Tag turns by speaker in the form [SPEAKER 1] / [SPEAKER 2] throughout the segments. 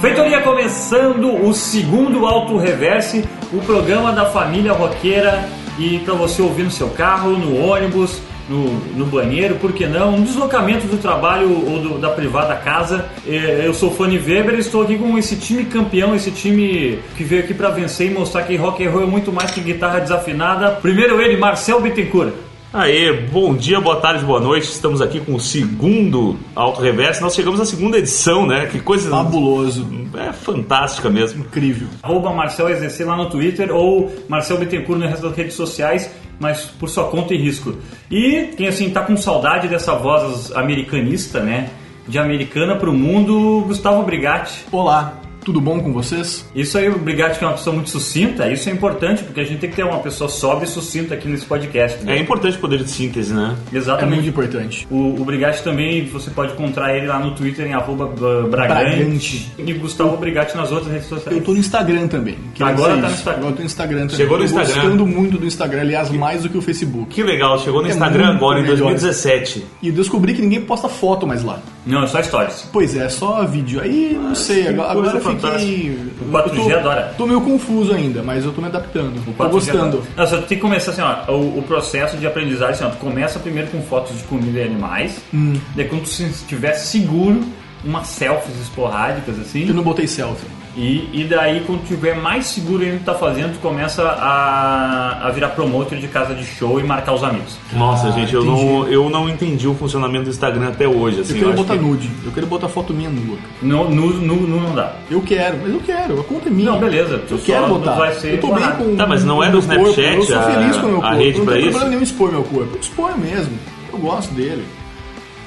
[SPEAKER 1] Feitoria começando o segundo Alto Reverse, o programa da família roqueira e para você ouvir no seu carro, no ônibus, no, no banheiro, por que não? No deslocamento do trabalho ou do- da privada casa. É, Eu sou o Fanny Weber e estou aqui com esse time campeão, esse time que veio aqui para vencer e mostrar que rock and roll é muito mais que guitarra desafinada. Primeiro ele, Marcel Bittencourt.
[SPEAKER 2] Aê, bom dia, boa tarde, boa noite. Estamos aqui com o segundo Auto Reverso. Nós chegamos à segunda edição, né? Que coisa
[SPEAKER 3] Fabuloso.
[SPEAKER 2] é fantástica mesmo.
[SPEAKER 3] Incrível.
[SPEAKER 1] arroba Marcel Exercer lá no Twitter ou Marcel Bittencourt nas resto das redes sociais, mas por sua conta e risco. E quem assim tá com saudade dessa voz americanista, né? De americana pro mundo, Gustavo Brigatti.
[SPEAKER 3] Olá, tudo bom com vocês?
[SPEAKER 1] Isso aí, o Brigatti que é uma pessoa muito sucinta, isso é importante, porque a gente tem que ter uma pessoa sóbria e sucinta aqui nesse podcast.
[SPEAKER 2] É
[SPEAKER 1] Né?
[SPEAKER 2] importante o poder de síntese, né?
[SPEAKER 3] É muito
[SPEAKER 1] Exatamente.
[SPEAKER 3] importante.
[SPEAKER 1] O, o Brigatti também, você pode encontrar ele lá no Twitter em arroba uh, Bragante.
[SPEAKER 3] Bragante.
[SPEAKER 1] E Gustavo Brigatti nas outras redes sociais.
[SPEAKER 3] Eu tô no Instagram também. queria
[SPEAKER 1] Agora
[SPEAKER 3] dizer
[SPEAKER 1] tá no
[SPEAKER 3] isso.
[SPEAKER 1] Instagram.
[SPEAKER 3] Agora eu tô no Instagram também.
[SPEAKER 2] Chegou no
[SPEAKER 3] Tô
[SPEAKER 2] Instagram.
[SPEAKER 3] gostando muito do Instagram, aliás, mais do que o Facebook.
[SPEAKER 2] Que legal, chegou no
[SPEAKER 3] É
[SPEAKER 2] Instagram
[SPEAKER 3] muito
[SPEAKER 2] agora, em
[SPEAKER 3] melhor.
[SPEAKER 2] 2017.
[SPEAKER 3] E descobri que ninguém posta foto mais lá.
[SPEAKER 1] Não, é só stories.
[SPEAKER 3] Pois é, só vídeo. Aí, não sei,
[SPEAKER 2] que
[SPEAKER 3] agora,
[SPEAKER 2] coisa
[SPEAKER 3] agora eu fiquei...
[SPEAKER 1] O 4G
[SPEAKER 3] eu tô,
[SPEAKER 1] adora.
[SPEAKER 3] Tô meio confuso ainda, mas eu tô me adaptando. Tô
[SPEAKER 1] 4G
[SPEAKER 3] Tá gostando.
[SPEAKER 1] Não, você tem que começar assim, ó, o, o processo de aprendizagem, assim, ó, tu começa primeiro com fotos de comida e animais,
[SPEAKER 3] Hum.
[SPEAKER 1] daí quando tu se estiver seguro, umas selfies esporádicas, assim,
[SPEAKER 3] Eu não botei selfie.
[SPEAKER 1] e, e daí quando tiver mais seguro ainda que tu tá fazendo, tu começa a, a virar promotor de casa de show e marcar os amigos.
[SPEAKER 2] Nossa, gente, eu não, eu não entendi o funcionamento do Instagram até hoje.
[SPEAKER 3] Eu
[SPEAKER 2] Assim,
[SPEAKER 3] quero
[SPEAKER 2] acho
[SPEAKER 3] botar
[SPEAKER 2] que-
[SPEAKER 3] nude. Eu quero botar foto minha nua. cara.
[SPEAKER 1] No, no, no- no não dá.
[SPEAKER 3] Eu quero, mas eu quero. A conta é minha.
[SPEAKER 1] Não, beleza, tu
[SPEAKER 3] Eu
[SPEAKER 1] só
[SPEAKER 3] quero
[SPEAKER 1] não
[SPEAKER 3] botar.
[SPEAKER 1] vai ser
[SPEAKER 3] eu tô bem
[SPEAKER 1] barrado.
[SPEAKER 3] com.
[SPEAKER 2] Tá, mas não é
[SPEAKER 3] com
[SPEAKER 2] do
[SPEAKER 3] o meu corpo,
[SPEAKER 2] Snapchat
[SPEAKER 3] Eu sou
[SPEAKER 2] a-
[SPEAKER 3] feliz com o meu
[SPEAKER 2] a
[SPEAKER 3] corpo.
[SPEAKER 2] rede
[SPEAKER 3] eu não
[SPEAKER 2] pra
[SPEAKER 3] tenho
[SPEAKER 2] isso?
[SPEAKER 3] problema nenhum em expor meu corpo. Eu exponho mesmo. Eu gosto dele.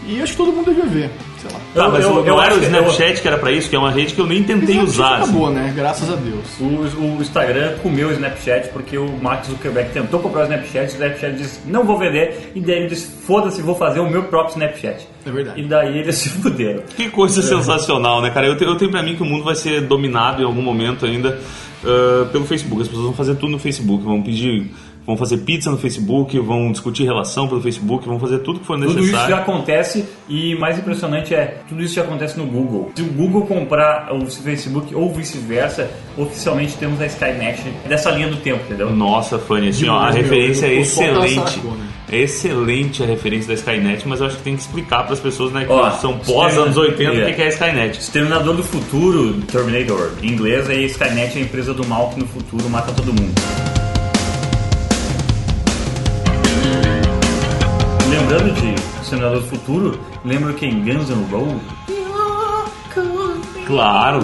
[SPEAKER 3] E acho que todo mundo devia ver. Sei lá.
[SPEAKER 2] Tá, mas
[SPEAKER 1] Eu- eu-
[SPEAKER 2] eu,
[SPEAKER 1] eu
[SPEAKER 2] era o
[SPEAKER 1] acho que-
[SPEAKER 2] Snapchat que era pra isso, que é uma rede que eu nem tentei
[SPEAKER 3] Snapchat
[SPEAKER 2] usar. assim.
[SPEAKER 3] Acabou, né? Graças a Deus.
[SPEAKER 1] O, o Instagram comeu o Snapchat porque o Mark Zuckerberg tentou comprar o Snapchat, o Snapchat disse não vou vender, e daí ele disse foda-se, vou fazer o meu próprio Snapchat.
[SPEAKER 3] É verdade.
[SPEAKER 1] E daí eles se fuderam.
[SPEAKER 2] Que
[SPEAKER 1] É.
[SPEAKER 2] coisa sensacional, né, cara? Eu, te- eu tenho pra mim que o mundo vai ser dominado em algum momento ainda ah, pelo Facebook. As pessoas vão fazer tudo no Facebook, vão pedir, vão fazer pizza no Facebook, vão discutir relação pelo Facebook, vão fazer tudo que for
[SPEAKER 1] Tudo isso já
[SPEAKER 2] necessário.
[SPEAKER 1] acontece e mais impressionante é, tudo isso já acontece no Google. Se o Google comprar o Facebook ou vice-versa, oficialmente temos a Skynet dessa linha do tempo, entendeu?
[SPEAKER 2] Nossa, Fanny, assim, ó, a
[SPEAKER 3] Demais, meu.
[SPEAKER 2] referência é
[SPEAKER 3] O pessoal tá
[SPEAKER 2] excelente.
[SPEAKER 3] saco, né?
[SPEAKER 2] É excelente a referência da Skynet, mas eu acho que tem que explicar para as pessoas né, que
[SPEAKER 1] Ó,
[SPEAKER 2] são pós
[SPEAKER 1] Skynet,
[SPEAKER 2] anos 80 o
[SPEAKER 1] é.
[SPEAKER 2] que que é a Skynet.
[SPEAKER 1] Exterminador do Futuro, Terminator, em inglês, aí a Skynet é a empresa do mal que no futuro mata todo mundo. Lembrando de Exterminador do Futuro, lembro que é em Guns N' Roses...
[SPEAKER 2] Claro,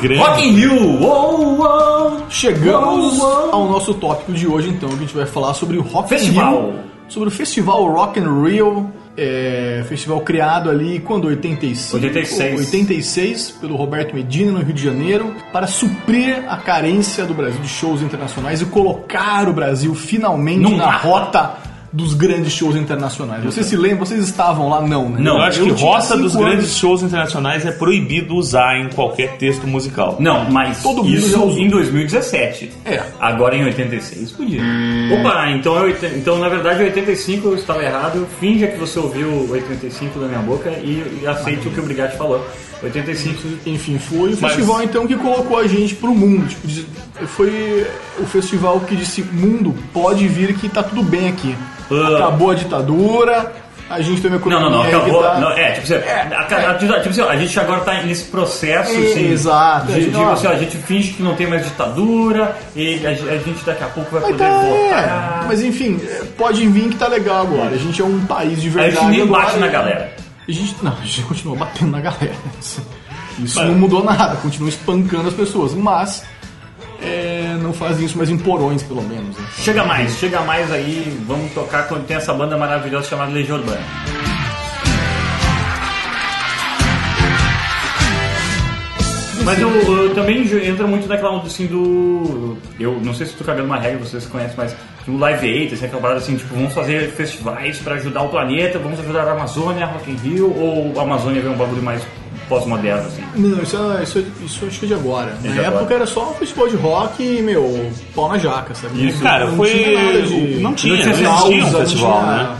[SPEAKER 2] que grande.
[SPEAKER 1] Rock in Rio! Uou, uou.
[SPEAKER 3] Chegamos
[SPEAKER 1] Uou, uou.
[SPEAKER 3] ao nosso tópico de hoje, então, que a gente vai falar sobre o Rock in
[SPEAKER 1] Festival.
[SPEAKER 3] Rio, sobre o festival Rock and Rio, é, festival criado ali quando 85,
[SPEAKER 1] 86.
[SPEAKER 3] 86 pelo Roberto Medina no Rio de Janeiro, para suprir a carência do Brasil de shows internacionais e colocar o Brasil finalmente
[SPEAKER 1] Num
[SPEAKER 3] na
[SPEAKER 1] mapa.
[SPEAKER 3] rota dos grandes shows internacionais. Vocês se lembram? Vocês estavam lá? Não, né?
[SPEAKER 1] Não,
[SPEAKER 2] Eu acho que
[SPEAKER 3] tinha
[SPEAKER 2] roça dos
[SPEAKER 3] cinco
[SPEAKER 2] grandes
[SPEAKER 3] anos.
[SPEAKER 2] shows internacionais é proibido usar em qualquer texto musical.
[SPEAKER 1] Não, mas
[SPEAKER 3] Todo mundo
[SPEAKER 1] isso
[SPEAKER 3] já usou.
[SPEAKER 1] em 2017.
[SPEAKER 3] É. Hum.
[SPEAKER 1] Agora em 86 podia. Opa, então, é oitenta- então na verdade 85 eu estava errado. Finja que você ouviu o 85 da minha boca e, e aceite o que o Brigatti falou. 85
[SPEAKER 3] Enfim, foi o
[SPEAKER 2] Mas-
[SPEAKER 3] festival então que colocou a gente pro mundo. Tipo, diz- foi o festival que disse: mundo, pode vir que tá tudo bem aqui.
[SPEAKER 1] Ah.
[SPEAKER 3] Acabou a ditadura, a gente tem uma
[SPEAKER 1] Não,
[SPEAKER 3] economia.
[SPEAKER 1] não, não,
[SPEAKER 3] aí que
[SPEAKER 1] acabou.
[SPEAKER 3] tá-
[SPEAKER 1] não, é, tipo, assim, a, a- a- tipo assim, ó, a gente agora tá nesse processo,
[SPEAKER 3] É,
[SPEAKER 1] assim,
[SPEAKER 3] exato.
[SPEAKER 1] De, de,
[SPEAKER 3] Ó.
[SPEAKER 1] assim, ó, a gente finge que não tem mais ditadura, e a, a gente daqui a pouco vai
[SPEAKER 3] Mas,
[SPEAKER 1] poder
[SPEAKER 3] tá,
[SPEAKER 1] votar.
[SPEAKER 3] é, mas enfim, é, pode vir que tá legal agora. A gente é um país de
[SPEAKER 1] Aí a
[SPEAKER 3] verdade.
[SPEAKER 1] gente nem
[SPEAKER 3] agora.
[SPEAKER 1] bate na galera.
[SPEAKER 3] A gente, não, a gente continua batendo na galera. Isso não mudou nada, continua espancando as pessoas. Mas é, não fazem isso mais em porões, pelo menos. né?
[SPEAKER 1] Chega mais, chega mais aí, vamos tocar quando tem essa banda maravilhosa chamada Legião Urbana. Mas eu, eu também ju- entra muito naquela onda assim do. Eu não sei se tô cagando uma regra, vocês conhecem, mas do Live Aid, assim, aquela parada assim, tipo, vamos fazer festivais pra ajudar o planeta, vamos ajudar a Amazônia, Rock in Rio, ou a Amazônia vem um bagulho mais pós-moderno, assim.
[SPEAKER 3] Não, isso, é- isso, é- isso acho que é de agora.
[SPEAKER 1] É
[SPEAKER 3] Na
[SPEAKER 1] de
[SPEAKER 3] época
[SPEAKER 1] agora.
[SPEAKER 3] era só um festival de rock e, meu, pau na jaca, sabe?
[SPEAKER 2] Cara, foi.
[SPEAKER 3] nada de-
[SPEAKER 2] Não tinha,
[SPEAKER 1] tinha
[SPEAKER 2] não existia um
[SPEAKER 3] pausa,
[SPEAKER 2] festival,
[SPEAKER 3] não tinha-
[SPEAKER 2] né?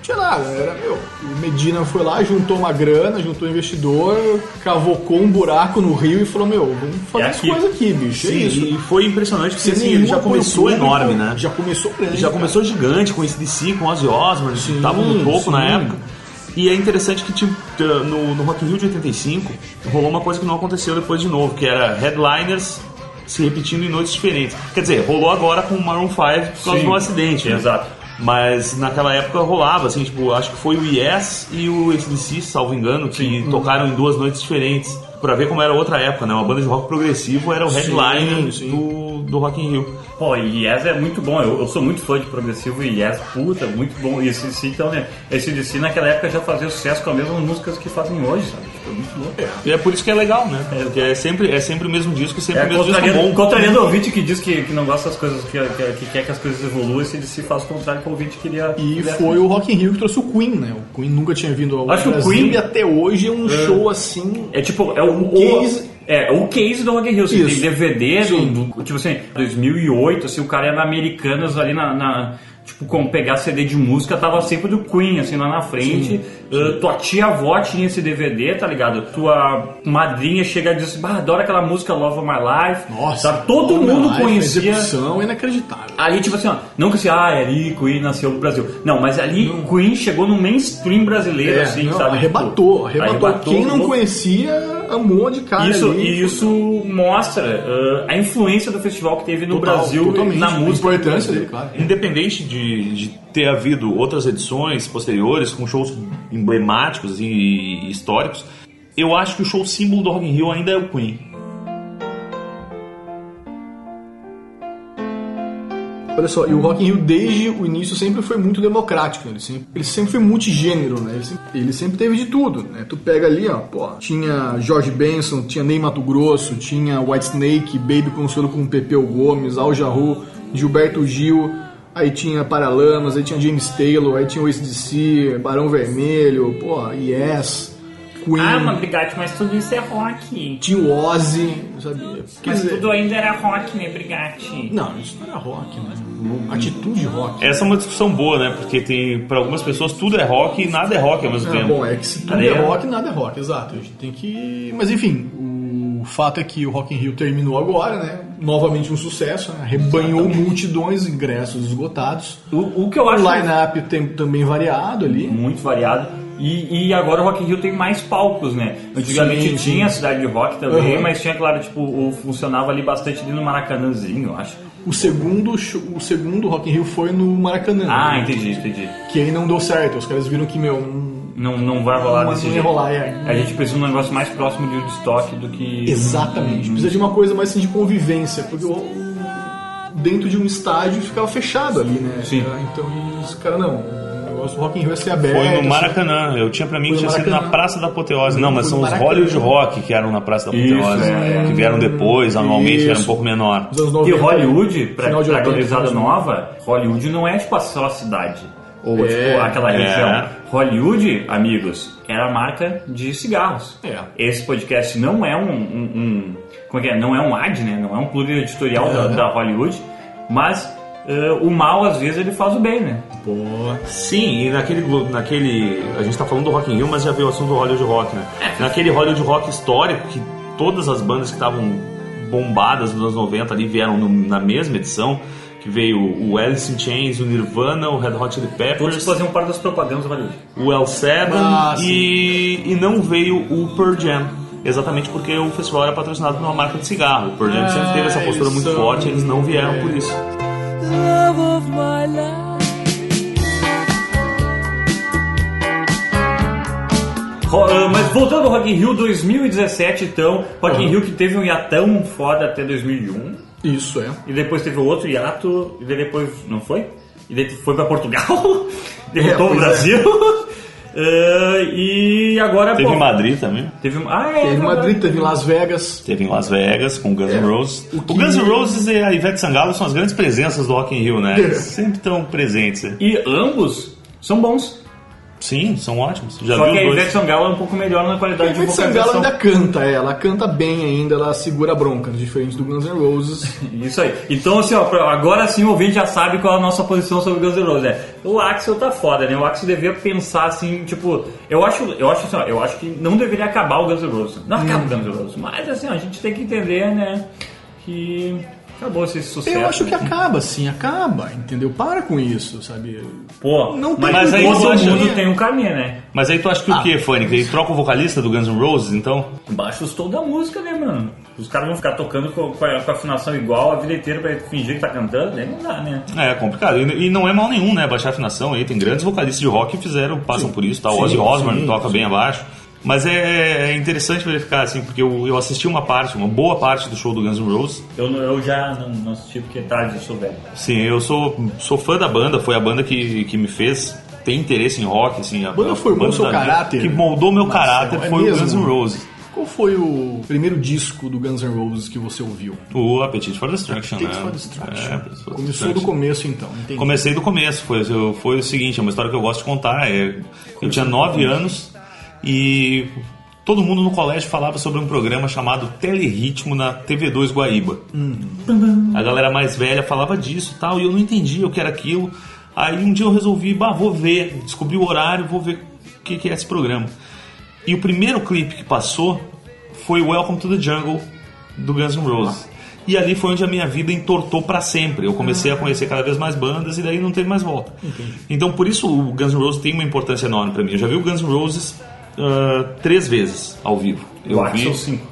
[SPEAKER 3] tinha nada, era meu. O Medina foi lá, juntou uma grana, juntou um investidor, cavocou um buraco no rio e falou: Meu, vamos fazer
[SPEAKER 2] É
[SPEAKER 3] as
[SPEAKER 2] aqui.
[SPEAKER 3] coisas aqui, bicho. é
[SPEAKER 2] Sim,
[SPEAKER 3] isso.
[SPEAKER 2] e foi impressionante porque assim,
[SPEAKER 3] Nenhum
[SPEAKER 2] ele já
[SPEAKER 3] apoio
[SPEAKER 2] começou
[SPEAKER 3] público,
[SPEAKER 2] enorme, né?
[SPEAKER 3] Já começou grande.
[SPEAKER 2] Ele já
[SPEAKER 3] cara.
[SPEAKER 2] começou gigante com esse DC, com Ozzy Osbourne, que
[SPEAKER 3] Sim,
[SPEAKER 2] estavam no topo
[SPEAKER 3] sim.
[SPEAKER 2] na época. E é interessante que tipo, no, no Rock in Rio de 85 rolou uma coisa que não aconteceu depois de novo, que era headliners se repetindo em noites diferentes. Quer dizer, rolou agora com o Maroon 5 por causa
[SPEAKER 1] Sim,
[SPEAKER 2] de um acidente, né?
[SPEAKER 1] exato.
[SPEAKER 2] Mas naquela época rolava, assim, tipo, acho que foi o Yes e o ACDC, salvo engano, que tocaram em duas noites diferentes. Pra ver como era outra época, né? Uma banda de rock progressivo era o headliner
[SPEAKER 3] sim.
[SPEAKER 2] Do, do Rock in Rio.
[SPEAKER 1] Pô, e Yes é muito bom. Eu, eu sou muito fã de progressivo e Yes, puta, muito bom. E esse DC, então, né? Esse DC naquela época já fazia sucesso com as mesmas músicas que fazem hoje, sabe? Tipo, é muito louco.
[SPEAKER 2] E é por isso que é legal, né? Porque é sempre, é sempre o mesmo disco, sempre
[SPEAKER 1] É,
[SPEAKER 2] o mesmo disco
[SPEAKER 1] contrariando,
[SPEAKER 2] bom.
[SPEAKER 1] contrariando o ouvinte que diz que, que não gosta das coisas, que, que, que quer que as coisas evoluam, esse DC faz o contrário que o ouvinte queria.
[SPEAKER 3] E
[SPEAKER 1] queria-
[SPEAKER 3] foi o Rock in Rio que trouxe o Queen, né? O Queen nunca tinha vindo ao
[SPEAKER 1] Acho que o
[SPEAKER 3] Brasil
[SPEAKER 1] Queen-
[SPEAKER 3] e até hoje é um show assim.
[SPEAKER 1] É tipo, é o,
[SPEAKER 3] case-
[SPEAKER 1] o- é o case do Rock in Rio. Assim, tem
[SPEAKER 3] Isso.
[SPEAKER 1] DVD, do,
[SPEAKER 3] Sim.
[SPEAKER 1] do- tipo assim, 2008, assim, o cara era Americanas ali na... na- Tipo, como pegar CD de música, tava sempre do Queen, assim, lá na frente. Uh, tua tia-avó tinha esse DVD, tá ligado? Tua madrinha chega e diz, assim, bah, adoro aquela música Love of My Life.
[SPEAKER 3] Nossa,
[SPEAKER 1] Sabe? Todo
[SPEAKER 3] Love
[SPEAKER 1] mundo
[SPEAKER 3] Life, é
[SPEAKER 1] conhecia...
[SPEAKER 3] execução inacreditável.
[SPEAKER 1] Ali, tipo assim, ó, não que assim, ah, ali Queen nasceu no Brasil. Não, mas ali Queen chegou no mainstream brasileiro,
[SPEAKER 3] É,
[SPEAKER 1] assim,
[SPEAKER 3] não,
[SPEAKER 1] sabe?
[SPEAKER 3] arrebatou,
[SPEAKER 1] Tipo,
[SPEAKER 3] arrebatou, Quem não
[SPEAKER 1] mo-
[SPEAKER 3] conhecia amou de cara.
[SPEAKER 1] Isso,
[SPEAKER 3] ali,
[SPEAKER 1] e isso mostra ah, a influência do festival que teve no
[SPEAKER 3] Total,
[SPEAKER 1] Brasil
[SPEAKER 3] totalmente, né?
[SPEAKER 1] na música.
[SPEAKER 3] a importância dele, claro.
[SPEAKER 2] Independente de, de ter havido outras edições posteriores com shows emblemáticos assim, e históricos, eu acho que o show símbolo do Rock in Rio ainda é o Queen.
[SPEAKER 3] Olha só, e o Rock in Rio desde o início sempre foi muito democrático, né? Ele sempre, ele sempre foi multigênero, né? Ele sempre, ele sempre teve de tudo, né? Tu pega ali, ó, pô, tinha George Benson, tinha Ney Mato Grosso, tinha White Snake, Baby Consuelo com Pepeu Gomes, Al Jarru, Gilberto Gil, aí tinha Paralamas, aí tinha James Taylor, aí tinha o ACDC, Barão Vermelho, pô, Yes, Queen,
[SPEAKER 4] Ah, mas Brigatti, mas tudo isso é rock.
[SPEAKER 3] tinha o Ozzy, sabe? Quer
[SPEAKER 4] Mas
[SPEAKER 3] dizer,
[SPEAKER 4] tudo é- ainda era rock, né, Brigatti?
[SPEAKER 3] Não, isso não era rock, né? Atitude rock.
[SPEAKER 2] Essa é uma discussão boa, né? Porque tem, para algumas pessoas, tudo é rock e nada é rock ao mesmo
[SPEAKER 3] Ah,
[SPEAKER 2] tempo.
[SPEAKER 3] bom, é que se tudo
[SPEAKER 2] Aí
[SPEAKER 3] é
[SPEAKER 2] é-
[SPEAKER 3] rock, nada é rock, exato. A gente tem que. Mas enfim, o fato é que o Rock in Rio terminou agora, né? Novamente um sucesso, né? Rebanhou multidões, ingressos esgotados.
[SPEAKER 1] O, o que eu
[SPEAKER 3] O
[SPEAKER 1] acho
[SPEAKER 3] line-up tem também variado ali.
[SPEAKER 1] muito variado. E, e agora o Rock in Rio tem mais palcos, né? Antigamente
[SPEAKER 3] Sim, sim.
[SPEAKER 1] tinha a cidade de rock também,
[SPEAKER 3] Uhum.
[SPEAKER 1] mas tinha, claro, tipo, o- funcionava ali bastante ali no Maracanãzinho, eu acho.
[SPEAKER 3] O segundo, show- o segundo Rock in Rio foi no Maracanã.
[SPEAKER 1] Ah,
[SPEAKER 3] né?
[SPEAKER 1] entendi, entendi.
[SPEAKER 3] Que aí não deu certo. Os caras viram que, meu, não,
[SPEAKER 1] Não, não vai rolar
[SPEAKER 3] não
[SPEAKER 1] desse
[SPEAKER 3] ia
[SPEAKER 1] jeito.
[SPEAKER 3] rolar. É.
[SPEAKER 1] A gente precisa de um negócio mais próximo de estoque do que.
[SPEAKER 3] Exatamente. Precisa de uma coisa mais assim, de convivência, porque o- dentro de um estádio ficava fechado ali, né?
[SPEAKER 1] Sim.
[SPEAKER 3] Ah, Então, e os caras não. O negócio do Rock in Rio é ser aberto.
[SPEAKER 2] Foi no
[SPEAKER 3] assim.
[SPEAKER 2] Maracanã. Eu tinha pra mim que
[SPEAKER 3] Foi no
[SPEAKER 2] tinha sido na
[SPEAKER 3] Maracanã.
[SPEAKER 2] Praça da Apoteose. Não, mas
[SPEAKER 3] Foi
[SPEAKER 2] são
[SPEAKER 3] no
[SPEAKER 2] os
[SPEAKER 3] Maracanã.
[SPEAKER 2] Hollywood Rock que eram na Praça da
[SPEAKER 1] Isso,
[SPEAKER 2] Apoteose.
[SPEAKER 1] é.
[SPEAKER 2] Que vieram depois, anualmente, era um
[SPEAKER 3] Isso.
[SPEAKER 2] pouco menor.
[SPEAKER 3] Nos anos
[SPEAKER 1] E
[SPEAKER 3] 90,
[SPEAKER 1] Hollywood, pra,
[SPEAKER 3] final de
[SPEAKER 1] pra
[SPEAKER 3] 80,
[SPEAKER 1] gurizada
[SPEAKER 3] assim.
[SPEAKER 1] nova, Hollywood não é tipo só a cidade. Ou
[SPEAKER 3] É,
[SPEAKER 1] tipo, aquela
[SPEAKER 2] é.
[SPEAKER 1] região. Hollywood, amigos, era a marca de cigarros.
[SPEAKER 3] É.
[SPEAKER 1] Esse podcast não é um, um- um- Como é que é? Não é um ad, né? Não é um clube editorial
[SPEAKER 3] É.
[SPEAKER 1] da, da Hollywood. Mas eh, o mal, às vezes, ele faz o bem, né?
[SPEAKER 2] Sim, e naquele, glo- naquele. A gente tá falando do Rock in Rio, mas já veio o assunto do Hollywood Rock, né?
[SPEAKER 3] É.
[SPEAKER 2] Naquele Hollywood Rock histórico, que todas as bandas que estavam bombadas nos anos 90 ali vieram no- na mesma edição, que veio o Alice in Chains, o Nirvana, o Red Hot Chili
[SPEAKER 1] Todos
[SPEAKER 2] Peppers,
[SPEAKER 1] faziam parte um das propagandas do Hollywood.
[SPEAKER 2] o L7
[SPEAKER 3] Ah,
[SPEAKER 2] e, e não veio o Pearl Jam. Exatamente porque o festival era patrocinado por uma marca de cigarro. O Pearl Jam
[SPEAKER 3] Ah,
[SPEAKER 2] sempre teve essa postura
[SPEAKER 3] eles
[SPEAKER 2] muito
[SPEAKER 3] são-
[SPEAKER 2] forte, eles não vieram por isso.
[SPEAKER 5] love of my life.
[SPEAKER 1] Ro- ah, Mas voltando ao Rock in Rio 2017, então, Rock in Rio que teve um hiatão foda até 2001.
[SPEAKER 3] Isso, é.
[SPEAKER 1] E depois teve o outro hiato, e daí depois. Não foi? E daí foi pra Portugal,
[SPEAKER 3] É,
[SPEAKER 1] derrotou
[SPEAKER 3] pois
[SPEAKER 1] o
[SPEAKER 3] é.
[SPEAKER 1] Brasil. Ah, e agora.
[SPEAKER 2] Teve
[SPEAKER 1] pô,
[SPEAKER 2] em Madrid também.
[SPEAKER 1] Teve, ah, é,
[SPEAKER 3] Teve
[SPEAKER 1] é
[SPEAKER 3] Madrid, teve Las Vegas.
[SPEAKER 2] Teve em Las Vegas com o Guns N'
[SPEAKER 3] É.
[SPEAKER 2] Roses.
[SPEAKER 3] O
[SPEAKER 2] O,
[SPEAKER 3] que-
[SPEAKER 2] Guns N' Roses e a Ivete Sangalo são as grandes presenças do Rock in Rio, né?
[SPEAKER 3] É.
[SPEAKER 2] Sempre estão presentes.
[SPEAKER 1] E ambos são bons.
[SPEAKER 2] Sim, são ótimos. Já
[SPEAKER 1] Só
[SPEAKER 2] vi
[SPEAKER 1] que
[SPEAKER 2] os
[SPEAKER 1] a
[SPEAKER 2] dois.
[SPEAKER 1] Ivete Sangalo é um pouco melhor na
[SPEAKER 3] A
[SPEAKER 1] qualidade de
[SPEAKER 3] Ivete
[SPEAKER 1] vocalização.
[SPEAKER 3] Sangalo ainda canta, é, ela canta bem ainda, ela segura a bronca, diferente do Guns N' Roses.
[SPEAKER 1] Isso aí. Então, assim, ó, pra- agora sim o ouvinte já sabe qual é a nossa posição sobre Guns N' Roses. É, o Axel tá foda, né? O Axel deveria pensar assim, tipo, eu acho, eu acho assim, ó, eu acho que não deveria acabar o Guns N' Roses. Não acaba o
[SPEAKER 3] Hum.
[SPEAKER 1] Guns N' Roses, mas assim, ó, a gente tem que entender, né, que acabou esse sucesso.
[SPEAKER 3] Eu acho que
[SPEAKER 1] né?
[SPEAKER 3] acaba, sim, acaba, entendeu? Para com isso, sabe?
[SPEAKER 1] Pô,
[SPEAKER 3] não
[SPEAKER 1] mas,
[SPEAKER 3] tem
[SPEAKER 1] mas aí
[SPEAKER 2] como
[SPEAKER 1] todo
[SPEAKER 2] acha-
[SPEAKER 1] mundo tem um caminho, né?
[SPEAKER 2] Mas aí tu acha que
[SPEAKER 3] Ah.
[SPEAKER 2] o quê, Fanny? Que aí troca o vocalista do Guns N' Roses, então?
[SPEAKER 1] Baixa os tons da música, né, mano? Os caras vão ficar tocando com, com a, com a afinação igual a vida inteira pra fingir que tá cantando, né? Não dá, né?
[SPEAKER 2] É, é complicado. E, e não é mal nenhum, né? Baixar a afinação aí. Tem grandes vocalistas de rock que fizeram, passam por isso, tá? O Ozzy Osbourne toca bem abaixo. Mas é, é interessante verificar, assim, porque eu, eu assisti uma parte, uma boa parte do show do Guns N' Roses.
[SPEAKER 1] Eu, não- eu já não, não assisti porque tarde eu sou velho.
[SPEAKER 2] Sim, eu sou, sou fã da banda, foi a banda que, que me fez ter interesse em rock, assim. A,
[SPEAKER 3] banda formou seu
[SPEAKER 2] da vida
[SPEAKER 3] caráter.
[SPEAKER 2] Que moldou meu
[SPEAKER 3] Marcelo,
[SPEAKER 2] caráter
[SPEAKER 3] é
[SPEAKER 2] foi
[SPEAKER 3] mesmo?
[SPEAKER 2] o Guns N' Roses.
[SPEAKER 3] Qual foi o primeiro disco do Guns N' Roses que você ouviu?
[SPEAKER 2] O Appetite for Destruction,
[SPEAKER 3] Take
[SPEAKER 2] né?
[SPEAKER 3] for Destruction.
[SPEAKER 2] É, Appetite for
[SPEAKER 3] Começou do
[SPEAKER 2] Destruction.
[SPEAKER 3] começo, então, entendi.
[SPEAKER 2] Comecei do começo, foi, eu- foi o seguinte, é uma história que eu gosto de contar. é, eu tinha nove anos e todo mundo no colégio falava sobre um programa chamado Teleritmo na TV2 Guaíba. A galera mais velha falava disso e tal, e eu não entendia o que era aquilo. Aí um dia eu resolvi, bah, vou ver, descobri o horário, vou ver o que, que é esse programa. E o primeiro clipe que passou foi Welcome to the Jungle do Guns N' Roses. E ali foi onde a minha vida entortou pra sempre. Eu comecei a conhecer cada vez mais bandas e daí não teve mais volta. Então por isso o Guns N' Roses tem uma importância enorme pra mim. Eu já vi o Guns N' Roses ah, três vezes ao vivo. Eu
[SPEAKER 1] o
[SPEAKER 2] vi,
[SPEAKER 1] Axel 5.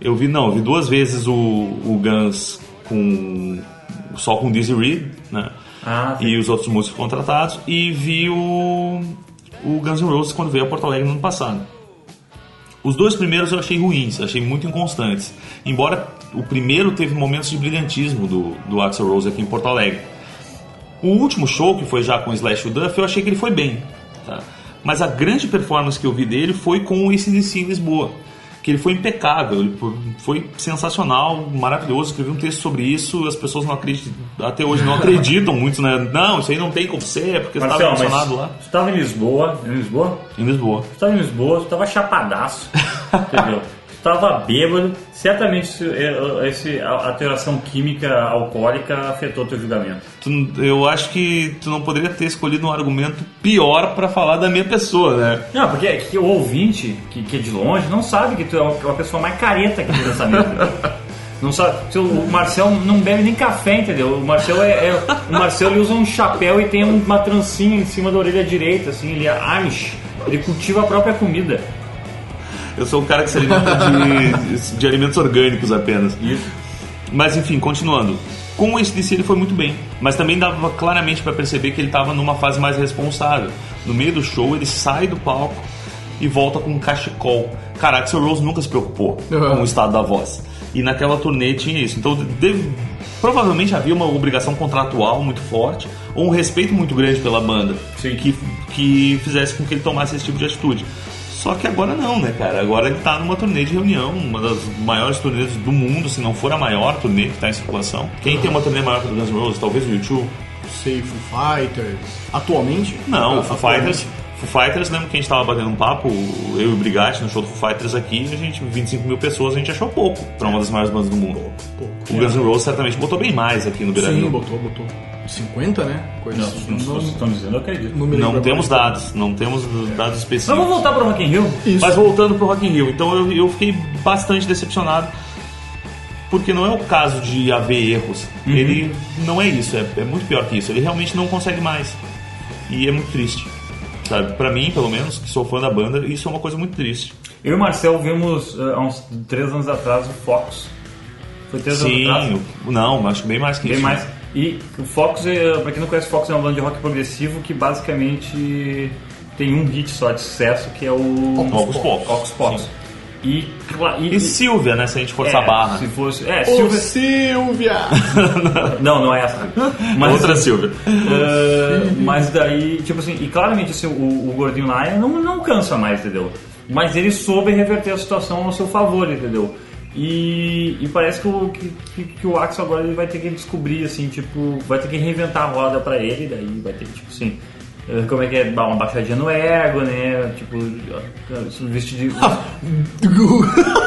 [SPEAKER 2] eu vi, não, eu vi duas vezes o, o Guns com. só com o Dizzy Reed, né?
[SPEAKER 1] Ah, sim.
[SPEAKER 2] e os outros músicos contratados. E vi o, o Guns N' Roses quando veio a Porto Alegre no ano passado. Os dois primeiros eu achei ruins, achei muito inconstantes. Embora o primeiro teve momentos de brilhantismo do, do Axel Rose aqui em Porto Alegre. O último show, que foi já com o Slash e o Duff, eu achei que ele foi bem. tá? Mas a grande performance que eu vi dele foi com o ACDC em Lisboa. Que ele foi impecável, ele fo- foi sensacional, maravilhoso. Escrevi um texto sobre isso, as pessoas não acreditam, até hoje não acreditam muito, né? Não, isso aí não tem como ser, é porque estava
[SPEAKER 1] Marcelo, mas
[SPEAKER 2] emocionado lá.
[SPEAKER 1] tu tava em Lisboa, em Lisboa?
[SPEAKER 2] Em Lisboa.
[SPEAKER 1] Tu tava em Lisboa, tu tava chapadaço, entendeu? Tu tava bêbado, certamente isso- eh, esse, a a alteração química alcoólica afetou teu julgamento.
[SPEAKER 2] Tu- eu acho que tu não poderia ter escolhido um argumento pior pra falar da minha pessoa, né?
[SPEAKER 1] Não, porque é que o ouvinte, que, que é de longe, não sabe que tu é uma, uma pessoa mais careta que tem nessa mesa. Não sabe, se o- o Marcel não bebe nem café, entendeu? O Marcel é, é- o Marcel ele usa um chapéu e tem uma trancinha em cima da orelha direita, assim, ele é Amish, ele cultiva a própria comida.
[SPEAKER 2] Eu sou um cara que se alimenta de, de alimentos orgânicos apenas. Mas enfim, continuando. Com o ACDC ele foi muito bem, mas também dava claramente pra perceber que ele tava numa fase mais responsável. No meio do show, ele sai do palco e volta com um cachecol. Cara, Axel Rose nunca se preocupou
[SPEAKER 3] Uhum.
[SPEAKER 2] com o um estado da voz. E naquela turnê tinha isso. Então, deve- provavelmente havia uma obrigação contratual muito forte ou um respeito muito grande pela banda
[SPEAKER 1] Sim.
[SPEAKER 2] que, que fizesse com que ele tomasse esse tipo de atitude. Só que agora não, né, cara? Agora ele tá numa turnê de reunião, uma das maiores turnês do mundo, se não for a maior turnê que tá em circulação. Quem tem uma turnê maior que o Guns N' Roses? Talvez o YouTube?
[SPEAKER 3] Sei, Foo Fighters. Atualmente?
[SPEAKER 2] Não,
[SPEAKER 3] Ah,
[SPEAKER 2] o Foo
[SPEAKER 3] atualmente.
[SPEAKER 2] Fighters. Foo Fighters, lembro que a gente tava batendo um papo, eu e o Brigatti, no show do Foo Fighters aqui, e a gente, 25 mil pessoas, a gente achou pouco pra uma das maiores bandas do mundo.
[SPEAKER 3] pouco.
[SPEAKER 2] O Guns N' Roses certamente botou bem mais aqui no Beira
[SPEAKER 3] Sim,
[SPEAKER 2] Rio.
[SPEAKER 3] botou, botou. 50, né? Coisa assim.
[SPEAKER 1] estão dizendo, eu acredito.
[SPEAKER 3] não me lembro
[SPEAKER 2] Não
[SPEAKER 3] agora.
[SPEAKER 2] temos dados, não temos dados
[SPEAKER 1] Mas
[SPEAKER 2] específicos.
[SPEAKER 1] vamos voltar pro Rock in Rio?
[SPEAKER 3] Isso.
[SPEAKER 2] Mas voltando pro Rock in Rio, então eu, eu fiquei bastante decepcionado. Porque não é o caso de haver erros. Ele não é isso, é, é muito pior que isso. Ele realmente não consegue mais. E é muito triste. Sabe? Pra mim, pelo menos, que sou fã da banda, isso é uma coisa muito triste.
[SPEAKER 1] Eu e o Marcel vimos eh, há uns três anos atrás o Fox. Foi três
[SPEAKER 2] Sim,
[SPEAKER 1] anos atrás?
[SPEAKER 2] eu- não, acho bem mais que
[SPEAKER 1] Tem
[SPEAKER 2] isso.
[SPEAKER 1] um mais. E o Fox, eh, pra quem não conhece, o Fox é uma banda de rock progressivo que basicamente tem um hit só de sucesso, que é o
[SPEAKER 2] Ocus Pocus.
[SPEAKER 1] Ocus Pocus.
[SPEAKER 2] Sim.
[SPEAKER 1] E, cla- e,
[SPEAKER 2] E Silvia, né? Se a gente
[SPEAKER 1] é,
[SPEAKER 2] forçar a barra.
[SPEAKER 1] Se fosse, é,
[SPEAKER 3] Ô,
[SPEAKER 1] Silvia.
[SPEAKER 3] Silvia!
[SPEAKER 2] Tá
[SPEAKER 1] Não, não é essa.
[SPEAKER 2] Outra Silvia.
[SPEAKER 1] Uh, mas daí, tipo assim, e claramente assim, o, o gordinho lá não, não cansa mais, entendeu? Mas ele soube reverter a situação ao seu favor, entendeu? E, e parece que o, que, que- que o Axel agora ele vai ter que descobrir, assim, tipo, vai ter que reinventar a roda pra ele, daí vai ter que, tipo assim, eh, como é que é, dá uma baixadinha no ego, né? Tipo, ó, vestir de.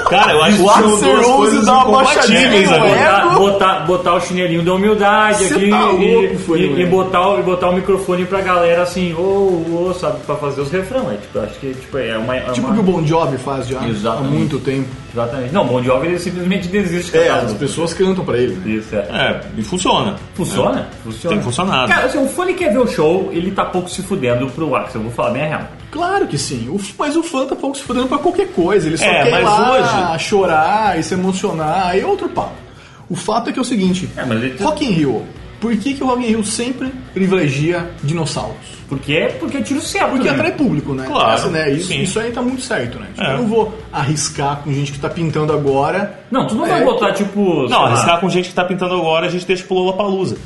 [SPEAKER 2] Cara, eu acho que
[SPEAKER 3] Axl
[SPEAKER 2] são duas
[SPEAKER 3] Rose
[SPEAKER 2] coisas
[SPEAKER 3] dá uma baixadinha
[SPEAKER 2] incompatíveis
[SPEAKER 3] no
[SPEAKER 2] agora.
[SPEAKER 3] ego.
[SPEAKER 1] botar, botar, botar o chinelinho da humildade
[SPEAKER 3] é, Cê
[SPEAKER 1] aqui
[SPEAKER 3] tá
[SPEAKER 1] e,
[SPEAKER 3] louco, foi,
[SPEAKER 1] e-
[SPEAKER 3] moleque.
[SPEAKER 1] e botar, o- e botar o microfone pra galera assim, ou, ou, sabe, pra fazer os refrão. É, tipo, eu acho que tipo, é uma. é
[SPEAKER 3] Tipo o
[SPEAKER 1] uma-
[SPEAKER 3] que o Bon Jovi faz já há
[SPEAKER 1] Exatamente.
[SPEAKER 3] muito tempo.
[SPEAKER 1] Exatamente. Não, Bon Jovi ele simplesmente desiste de
[SPEAKER 3] É,
[SPEAKER 1] cantar
[SPEAKER 3] as
[SPEAKER 1] música.
[SPEAKER 3] pessoas cantam pra ele. né?
[SPEAKER 1] Isso, é.
[SPEAKER 2] É, e funciona.
[SPEAKER 1] Funciona?
[SPEAKER 2] É, tem funcionado.
[SPEAKER 1] Cara, assim, o fã ele quer ver o show, ele tá pouco se fudendo pro Axel, eu vou falar bem a real.
[SPEAKER 3] Claro que sim, o f- mas o fã tá pouco se fudendo pra qualquer coisa. Ele só
[SPEAKER 2] É,
[SPEAKER 3] quer ir
[SPEAKER 2] mas
[SPEAKER 3] lá chorar e se emocionar, aí é outro papo. O fato é que é o seguinte,
[SPEAKER 1] É, mas ele-
[SPEAKER 3] Rock in Rio, por que, que o Rock in Rio sempre privilegia dinossauros?
[SPEAKER 1] Por quê? Porque tiro certo.
[SPEAKER 3] Porque
[SPEAKER 1] né?
[SPEAKER 3] atrai público, né?
[SPEAKER 2] Claro,
[SPEAKER 3] Essa, né? Isso,
[SPEAKER 2] sim.
[SPEAKER 3] isso aí tá muito certo, né? Tipo,
[SPEAKER 2] É.
[SPEAKER 3] Eu não vou arriscar com gente que tá pintando agora.
[SPEAKER 1] Não, tu não vai
[SPEAKER 3] É,
[SPEAKER 1] botar tipo. sei
[SPEAKER 2] Não,
[SPEAKER 1] lá,
[SPEAKER 2] arriscar com gente que tá pintando agora, a gente deixa pro Lollapalooza.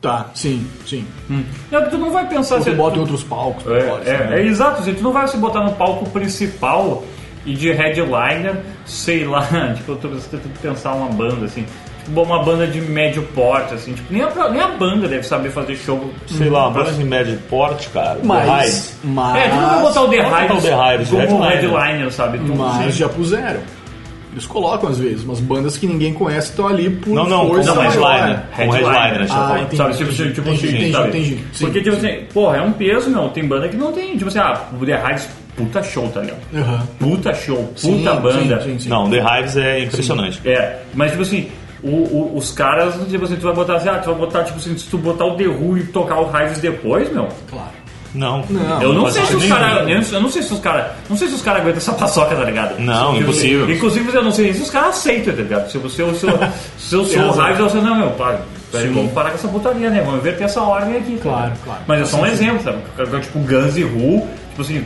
[SPEAKER 3] Tá, sim, sim.
[SPEAKER 1] Não, que tu não vai pensar
[SPEAKER 3] Ou tu
[SPEAKER 1] assim,
[SPEAKER 3] bota em
[SPEAKER 1] tu-
[SPEAKER 3] outros palcos.
[SPEAKER 1] É,
[SPEAKER 3] pode,
[SPEAKER 1] é,
[SPEAKER 3] né?
[SPEAKER 1] é exato, assim, tu não vai se botar no palco principal e de headliner, sei lá, tipo, eu tô tentando pensar uma banda assim. Tipo, uma banda de médio porte, assim, tipo, nem a, pro- nem a banda deve saber fazer show.
[SPEAKER 2] Sei lá, uma
[SPEAKER 1] pra-
[SPEAKER 2] banda de médio porte, cara.
[SPEAKER 3] Mas, mas,
[SPEAKER 1] É, tu não vai botar o The
[SPEAKER 2] Bota o The
[SPEAKER 1] Hives
[SPEAKER 2] Hives de
[SPEAKER 1] como
[SPEAKER 2] headliner.
[SPEAKER 1] headliner, sabe? Então, Tu-
[SPEAKER 3] mas já puseram. Eles colocam, às vezes, umas bandas que ninguém conhece estão ali por
[SPEAKER 2] Não, não,
[SPEAKER 3] força
[SPEAKER 2] como
[SPEAKER 3] maior.
[SPEAKER 2] headliner. Como headliner, a gente tá
[SPEAKER 3] Ah,
[SPEAKER 2] falando.
[SPEAKER 3] entendi.
[SPEAKER 1] sabe, tipo, tipo, tipo,
[SPEAKER 3] Entendi, entendi,
[SPEAKER 1] sabe?
[SPEAKER 3] entendi. Sim,
[SPEAKER 1] Porque, tipo
[SPEAKER 3] sim.
[SPEAKER 1] assim, porra, é um peso, meu. Tem banda que não tem. Tipo assim, ah, o The Hives, puta show, tá ligado?
[SPEAKER 3] Aham.
[SPEAKER 1] Puta show, puta
[SPEAKER 3] Sim,
[SPEAKER 1] banda.
[SPEAKER 3] sim, sim, sim.
[SPEAKER 2] Não, The Hives é impressionante.
[SPEAKER 1] É, mas, tipo assim, o- o- os caras, tipo assim, tu vai botar assim, ah, tu vai botar, tipo assim, se tu botar o The Who e tocar o Hives depois, meu.
[SPEAKER 3] Claro.
[SPEAKER 2] Tá Não.
[SPEAKER 3] Não.
[SPEAKER 1] eu não
[SPEAKER 2] faz
[SPEAKER 1] sei se os
[SPEAKER 2] sentido
[SPEAKER 1] caras.
[SPEAKER 2] nenhum.
[SPEAKER 1] Eu não sei se os caras. Não sei se os caras aguentam essa paçoca, tá ligado?
[SPEAKER 2] Não,
[SPEAKER 1] Tipo,
[SPEAKER 2] impossível.
[SPEAKER 1] Inclusive, eu não sei se os caras aceitam, tá ligado? Se você. Se eu- se eu sou
[SPEAKER 3] Tem
[SPEAKER 1] o
[SPEAKER 3] razão.
[SPEAKER 1] Hives, eu sou, não, meu, para. Peraí,
[SPEAKER 3] Sim.
[SPEAKER 1] vamos parar com essa putaria, né? Vamos inverter essa ordem aqui. tá
[SPEAKER 3] Claro,
[SPEAKER 1] ligado?
[SPEAKER 3] claro.
[SPEAKER 1] Mas é só um
[SPEAKER 3] Sim, sim.
[SPEAKER 1] exemplo, sabe? Tipo, Guns e Who, tipo assim.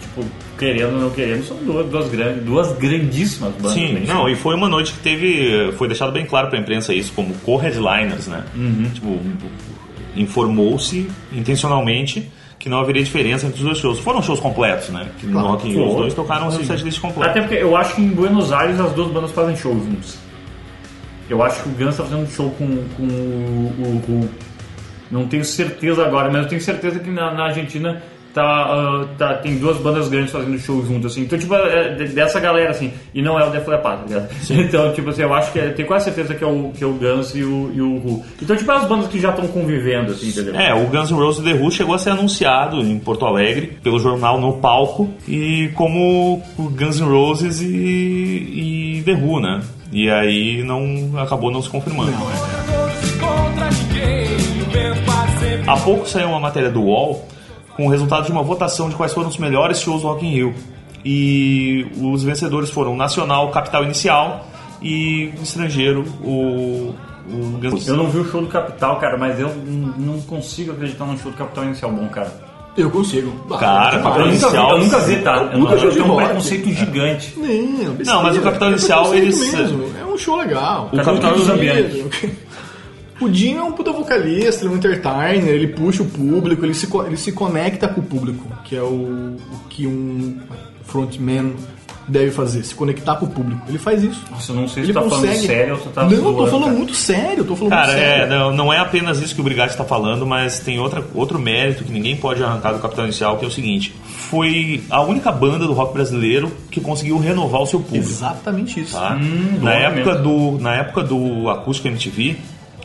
[SPEAKER 1] Tipo, querendo ou não querendo, são duas, duas, grandes, duas grandíssimas bandas.
[SPEAKER 2] Sim,
[SPEAKER 1] né?
[SPEAKER 2] não, e foi uma noite que teve. Foi deixado bem claro pra imprensa isso, como co-headliners, né?
[SPEAKER 1] Uhum.
[SPEAKER 2] Tipo, informou-se intencionalmente que não haveria diferença entre os dois shows. Foram shows completos, né? Que no Rock in Rio os
[SPEAKER 1] Foram.
[SPEAKER 2] dois tocaram o setlist completo.
[SPEAKER 1] Até porque eu acho que em Buenos Aires as duas bandas fazem show juntos. Eu acho que o Guns tá fazendo show com, com o, o- o- Não tenho certeza agora, mas eu tenho certeza que na, na Argentina tá, ah, tá, tem duas bandas grandes fazendo show junto, assim. Então, tipo, é de- dessa galera, assim. E não é o Def Leppard, tá ligado? Então, tipo assim, eu acho que é, tenho quase certeza que é o, que é o Guns e o, e o Who. Então, tipo, é as bandas que já estão convivendo, assim, entendeu?
[SPEAKER 2] É, o Guns N' Roses The Who chegou a ser anunciado em Porto Alegre pelo jornal No Palco e como o Guns N' Roses e, e The Who, né? E aí não acabou não se confirmando.
[SPEAKER 5] Contra ninguém, o vento bate sempre.
[SPEAKER 2] Há pouco saiu uma matéria do UOL com o resultado de uma votação de quais foram os melhores shows do Rock in Rio. E os vencedores foram Nacional, Capital Inicial e Estrangeiro, o, o Guns N' Roses.
[SPEAKER 1] Eu não vi o show do Capital, cara, mas eu n- não consigo acreditar num show do Capital inicial bom, cara.
[SPEAKER 3] Eu consigo. Bah,
[SPEAKER 2] Cara,
[SPEAKER 3] demais.
[SPEAKER 1] Eu
[SPEAKER 2] papel
[SPEAKER 1] nunca, vi, eu nunca vi, tá? Eu,
[SPEAKER 3] Puta
[SPEAKER 1] não,
[SPEAKER 3] show
[SPEAKER 1] eu
[SPEAKER 3] de
[SPEAKER 1] tenho um
[SPEAKER 3] rock.
[SPEAKER 1] preconceito gigante.
[SPEAKER 3] Não, besteira.
[SPEAKER 2] Não, mas o Capital
[SPEAKER 3] É
[SPEAKER 2] Inicial,
[SPEAKER 3] preconceito
[SPEAKER 2] eles-
[SPEAKER 3] mesmo. É um show legal.
[SPEAKER 2] O Capital
[SPEAKER 1] dos
[SPEAKER 3] O Dinho é um puta vocalista, ele é um entertainer, ele puxa o público, ele se, co- ele se conecta com o público, que é o, o que um frontman deve fazer, se conectar com o público. Ele faz isso.
[SPEAKER 1] Nossa, eu não sei se
[SPEAKER 3] ele
[SPEAKER 1] tu tá falando
[SPEAKER 3] consegue.
[SPEAKER 1] sério ou se tu tá
[SPEAKER 3] não, eu tô
[SPEAKER 1] zoando,
[SPEAKER 3] falando
[SPEAKER 1] cara.
[SPEAKER 3] muito sério, tô falando
[SPEAKER 2] Cara,
[SPEAKER 1] assim,
[SPEAKER 3] muito
[SPEAKER 2] é,
[SPEAKER 3] sério.
[SPEAKER 2] não, não é apenas isso que o Brigatti está falando, mas tem outra, outro mérito que ninguém pode arrancar do Capitão Inicial, que é o seguinte: foi a única banda do rock brasileiro que conseguiu renovar o seu público.
[SPEAKER 3] Exatamente isso.
[SPEAKER 2] tá?
[SPEAKER 1] Hum, bom
[SPEAKER 2] na, época do, na época do Acústico MTV,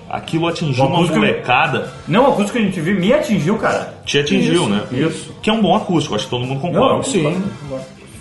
[SPEAKER 2] aquilo atingiu
[SPEAKER 1] O
[SPEAKER 2] uma
[SPEAKER 1] acústico-
[SPEAKER 2] molecada.
[SPEAKER 1] Não, o acústico que a gente viu me atingiu, cara.
[SPEAKER 2] Te atingiu,
[SPEAKER 3] Isso,
[SPEAKER 2] né?
[SPEAKER 1] isso.
[SPEAKER 2] Que é um bom acústico, acho que todo mundo concorda.
[SPEAKER 1] Não,
[SPEAKER 3] Sim.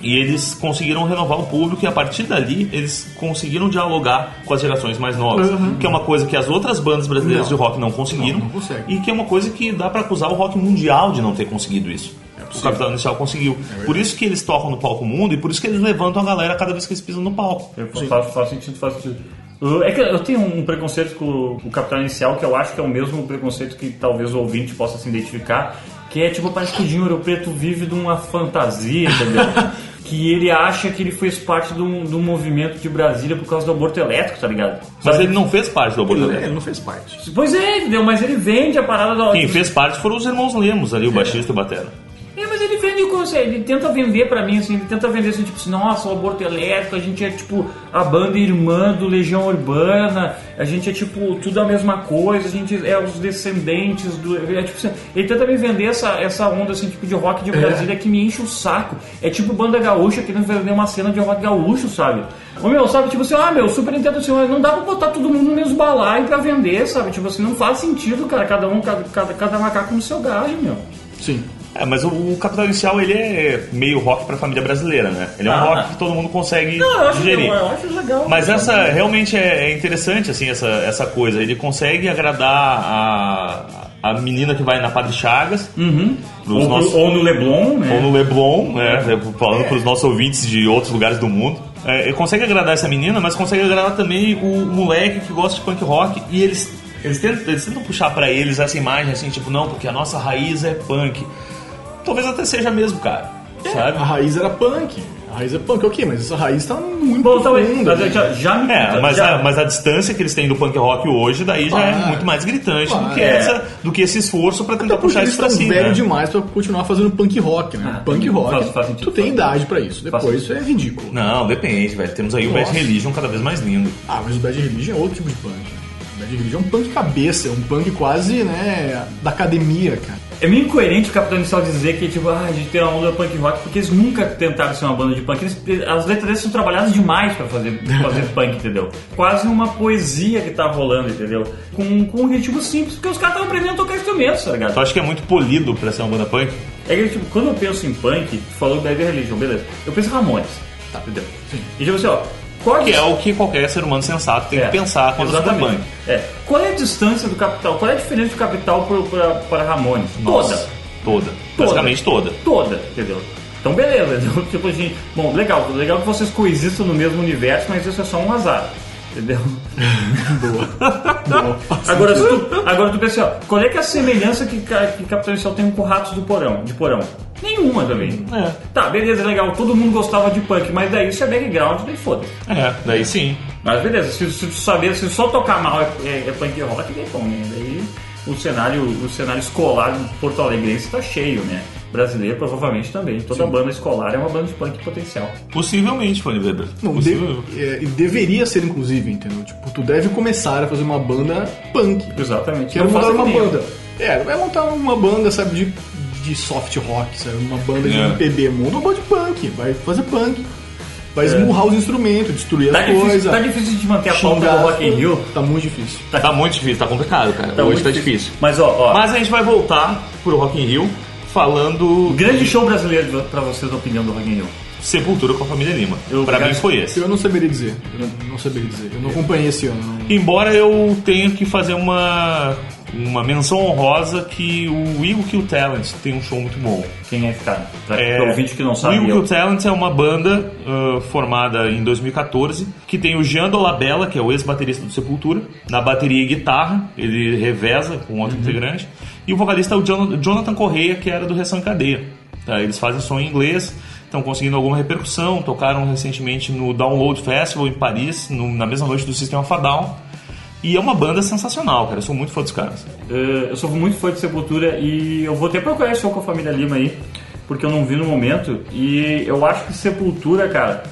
[SPEAKER 2] E eles conseguiram renovar o público e a partir dali eles conseguiram dialogar com as gerações mais novas.
[SPEAKER 3] Uhum.
[SPEAKER 2] Que é uma coisa que as outras bandas brasileiras
[SPEAKER 3] Não.
[SPEAKER 2] de rock não conseguiram.
[SPEAKER 3] Não, não consegue.
[SPEAKER 2] e que é uma coisa que dá pra acusar o rock mundial de não ter conseguido isso. o Capital Inicial conseguiu. por isso que eles tocam no palco mundo e por isso que eles levantam a galera cada vez que eles pisam no palco.
[SPEAKER 1] Eu- Faz, faz sentido, faz sentido. Eu- É que eu tenho um preconceito com o- com o Capital Inicial que eu acho que é o mesmo preconceito que talvez o ouvinte possa se identificar, que é tipo, parece que o Dinho Ouro Preto vive de uma fantasia, entendeu? que ele acha que ele fez parte de um, de um movimento de Brasília por causa do aborto elétrico, tá ligado?
[SPEAKER 2] Mas ele não fez parte do aborto
[SPEAKER 3] Ele, ele
[SPEAKER 2] elétrico.
[SPEAKER 3] não fez parte.
[SPEAKER 1] Pois é, entendeu? Mas ele vende a parada da...
[SPEAKER 2] Quem fez parte foram os irmãos Lemos ali, o baixista e o batera.
[SPEAKER 1] É, mas ele
[SPEAKER 4] ele vende o conceito, ele tenta vender pra mim, assim, ele tenta vender assim, tipo, assim, nossa, o aborto elétrico, a gente é tipo a banda irmã do Legião Urbana, a gente é tipo tudo a mesma coisa, a gente é os descendentes do. é, tipo, assim, ele tenta me vender essa, essa onda assim, tipo, de rock de Brasília que me enche o saco. É tipo banda gaúcha querendo vender uma cena de rock gaúcho, sabe? Ô meu, sabe, tipo assim, ah meu, Super Nintendo assim, não dá pra botar todo mundo no mesmo balaio pra vender, sabe? Tipo assim, não faz sentido, cara, cada um, cada, cada, cada macaco no seu galho, meu.
[SPEAKER 3] Sim.
[SPEAKER 2] É, mas o, o Capital Inicial, ele é meio rock pra família brasileira, né? Ele é um
[SPEAKER 1] Ah.
[SPEAKER 2] rock que todo mundo consegue
[SPEAKER 4] Não, Ah, eu acho,
[SPEAKER 2] digerir.
[SPEAKER 4] eu acho legal.
[SPEAKER 2] Mas essa realmente é, é interessante, assim, essa, essa coisa. Ele consegue agradar a, a menina que vai na Padre Chagas. Pros
[SPEAKER 1] Ou,
[SPEAKER 2] nossos-
[SPEAKER 1] ou no Leblon, né?
[SPEAKER 2] ou no Leblon, né? Falando para os nossos ouvintes de outros lugares do mundo. É, ele consegue agradar essa menina, mas consegue agradar também o moleque que gosta de punk rock e eles, eles, tentam, eles tentam puxar pra eles essa imagem assim, tipo, não, porque a nossa raiz é punk. Talvez até seja mesmo, cara.
[SPEAKER 3] A
[SPEAKER 2] Sabe?
[SPEAKER 3] raiz era punk. A raiz é punk, ok, mas essa raiz tá muito
[SPEAKER 1] Bom, talvez.
[SPEAKER 3] profunda,
[SPEAKER 1] Mas
[SPEAKER 3] né?
[SPEAKER 1] eu já, já me.
[SPEAKER 2] É, mas
[SPEAKER 1] já,
[SPEAKER 2] a, mas a distância que eles têm do punk rock hoje, daí já é
[SPEAKER 3] Claro.
[SPEAKER 2] muito mais gritante do,
[SPEAKER 3] Claro.
[SPEAKER 2] que essa, do que esse esforço pra tentar
[SPEAKER 3] Até porque
[SPEAKER 2] puxar
[SPEAKER 3] eles
[SPEAKER 2] isso pra
[SPEAKER 3] estão
[SPEAKER 2] cima.
[SPEAKER 3] velho um-
[SPEAKER 2] né?
[SPEAKER 3] demais pra continuar fazendo punk rock, né?
[SPEAKER 1] Ah,
[SPEAKER 3] punk
[SPEAKER 1] faz-
[SPEAKER 3] rock,
[SPEAKER 1] faz sentido,
[SPEAKER 3] tu tem
[SPEAKER 1] faz
[SPEAKER 3] idade pra isso.
[SPEAKER 1] Faz
[SPEAKER 3] Depois isso é ridículo.
[SPEAKER 2] Não, depende, velho. Temos aí o
[SPEAKER 3] Nossa.
[SPEAKER 2] Bad Religion cada vez mais lindo.
[SPEAKER 3] Ah, mas o Bad Religion é outro tipo de punk. O Bad Religion é um punk cabeça, é um punk quase, né, da academia, cara.
[SPEAKER 1] É meio incoerente o Capitão Inicial dizer que, tipo, ah, a gente tem uma onda punk rock, porque eles nunca tentaram ser uma banda de punk. Eles- as letras deles são trabalhadas demais pra fazer, fazer punk, entendeu? Quase uma poesia que tá rolando, entendeu? Com, com um ritmo simples, porque os caras estavam aprendendo a tocar instrumentos, tá ligado?
[SPEAKER 2] Tu acha que é muito polido pra ser uma banda punk?
[SPEAKER 1] É que, tipo, quando eu penso em punk, tu falou Bad Religion, beleza. Eu penso em Ramones, tá, entendeu? E tipo assim, ó, qual
[SPEAKER 2] Que é o que qualquer ser humano sensato tem
[SPEAKER 1] É,
[SPEAKER 2] que pensar quando você tá
[SPEAKER 1] exatamente.
[SPEAKER 2] banho.
[SPEAKER 1] É. Qual é a distância do Capital? Qual é a diferença do Capital pro- pra, pra Ramones? Toda.
[SPEAKER 2] Toda. Basicamente toda.
[SPEAKER 1] toda, entendeu? Então beleza, entendeu? tipo assim, bom, legal, legal que vocês coexistam no mesmo universo, mas isso é só um azar, entendeu? agora, se tu, agora tu pensa, ó, qual é que é a semelhança que, ca- que Capitão Inicial tem com Ratos do Porão, de Porão? Nenhuma também.
[SPEAKER 2] É.
[SPEAKER 1] Tá, beleza, legal, todo mundo gostava de punk, mas daí isso é background, daí foda-se.
[SPEAKER 2] É, daí sim.
[SPEAKER 1] Mas beleza, se, se tu saber, se só tocar mal é, é- é punk rock, daí bom, né? Daí o cenário, o cenário escolar porto alegrense tá cheio, né? Brasileiro provavelmente também. Toda banda escolar é uma banda de punk potencial.
[SPEAKER 2] Possivelmente, Fanny Weber.
[SPEAKER 3] Não, deve,
[SPEAKER 2] Possível.
[SPEAKER 3] é, e deveria ser, inclusive, entendeu? Tipo, tu deve começar a fazer uma banda punk.
[SPEAKER 1] Exatamente.
[SPEAKER 3] Quero
[SPEAKER 1] Não
[SPEAKER 3] montar
[SPEAKER 1] fazem
[SPEAKER 3] uma
[SPEAKER 1] nem-
[SPEAKER 3] banda. É, vai montar uma banda, sabe, de, de soft rock, sabe? Uma banda de
[SPEAKER 2] É.
[SPEAKER 3] MPB, monta uma banda de punk, vai fazer punk. Vai
[SPEAKER 2] É.
[SPEAKER 3] esmurrar os instrumentos, destruir
[SPEAKER 1] Tá
[SPEAKER 3] as
[SPEAKER 1] difícil,
[SPEAKER 3] coisas.
[SPEAKER 1] tá difícil de manter a pauta
[SPEAKER 3] xingar
[SPEAKER 1] do
[SPEAKER 3] as
[SPEAKER 1] Rock in
[SPEAKER 3] coisas.
[SPEAKER 1] Rio.
[SPEAKER 3] Tá muito difícil.
[SPEAKER 2] Tá muito difícil, tá complicado, cara.
[SPEAKER 1] Tá
[SPEAKER 2] Hoje
[SPEAKER 1] muito
[SPEAKER 2] tá difícil.
[SPEAKER 1] Mas ó, ó.
[SPEAKER 2] Mas a gente vai voltar pro Rock in Rio falando
[SPEAKER 1] Grande show brasileiro de- pra vocês na opinião do Rock in Rio.
[SPEAKER 2] Sepultura com a família Lima.
[SPEAKER 1] Eu-
[SPEAKER 2] pra
[SPEAKER 1] cara,
[SPEAKER 2] mim foi esse.
[SPEAKER 3] Eu não saberia dizer. Eu não saberia dizer.
[SPEAKER 1] É.
[SPEAKER 3] Eu não acompanhei esse ano. não-
[SPEAKER 2] Embora eu tenha que fazer uma, uma menção honrosa que o Will Kill Talent tem um show muito bom.
[SPEAKER 1] Quem é que tá? Pra, pra ouvinte que não sabe.
[SPEAKER 2] Will
[SPEAKER 1] eu-
[SPEAKER 2] Kill Talent é uma banda ah, formada em 2014 que tem o Jean Dolabella, que é o ex-baterista do Sepultura, na bateria e guitarra, ele reveza com
[SPEAKER 1] Uhum.
[SPEAKER 2] outro integrante, e o vocalista é o Jon- Jonathan Correia, que era do Ressan Cadeia. Tá, eles fazem som em inglês, estão conseguindo alguma repercussão, tocaram recentemente no Download Festival em Paris, no- na mesma noite do Sistema Fadal. E é uma banda sensacional, cara. Eu sou muito fã dos caras.
[SPEAKER 1] Eh, eu sou muito fã de Sepultura e eu vou até procurar esse show com a família Lima aí, porque eu não vi no momento. E eu acho que Sepultura, cara,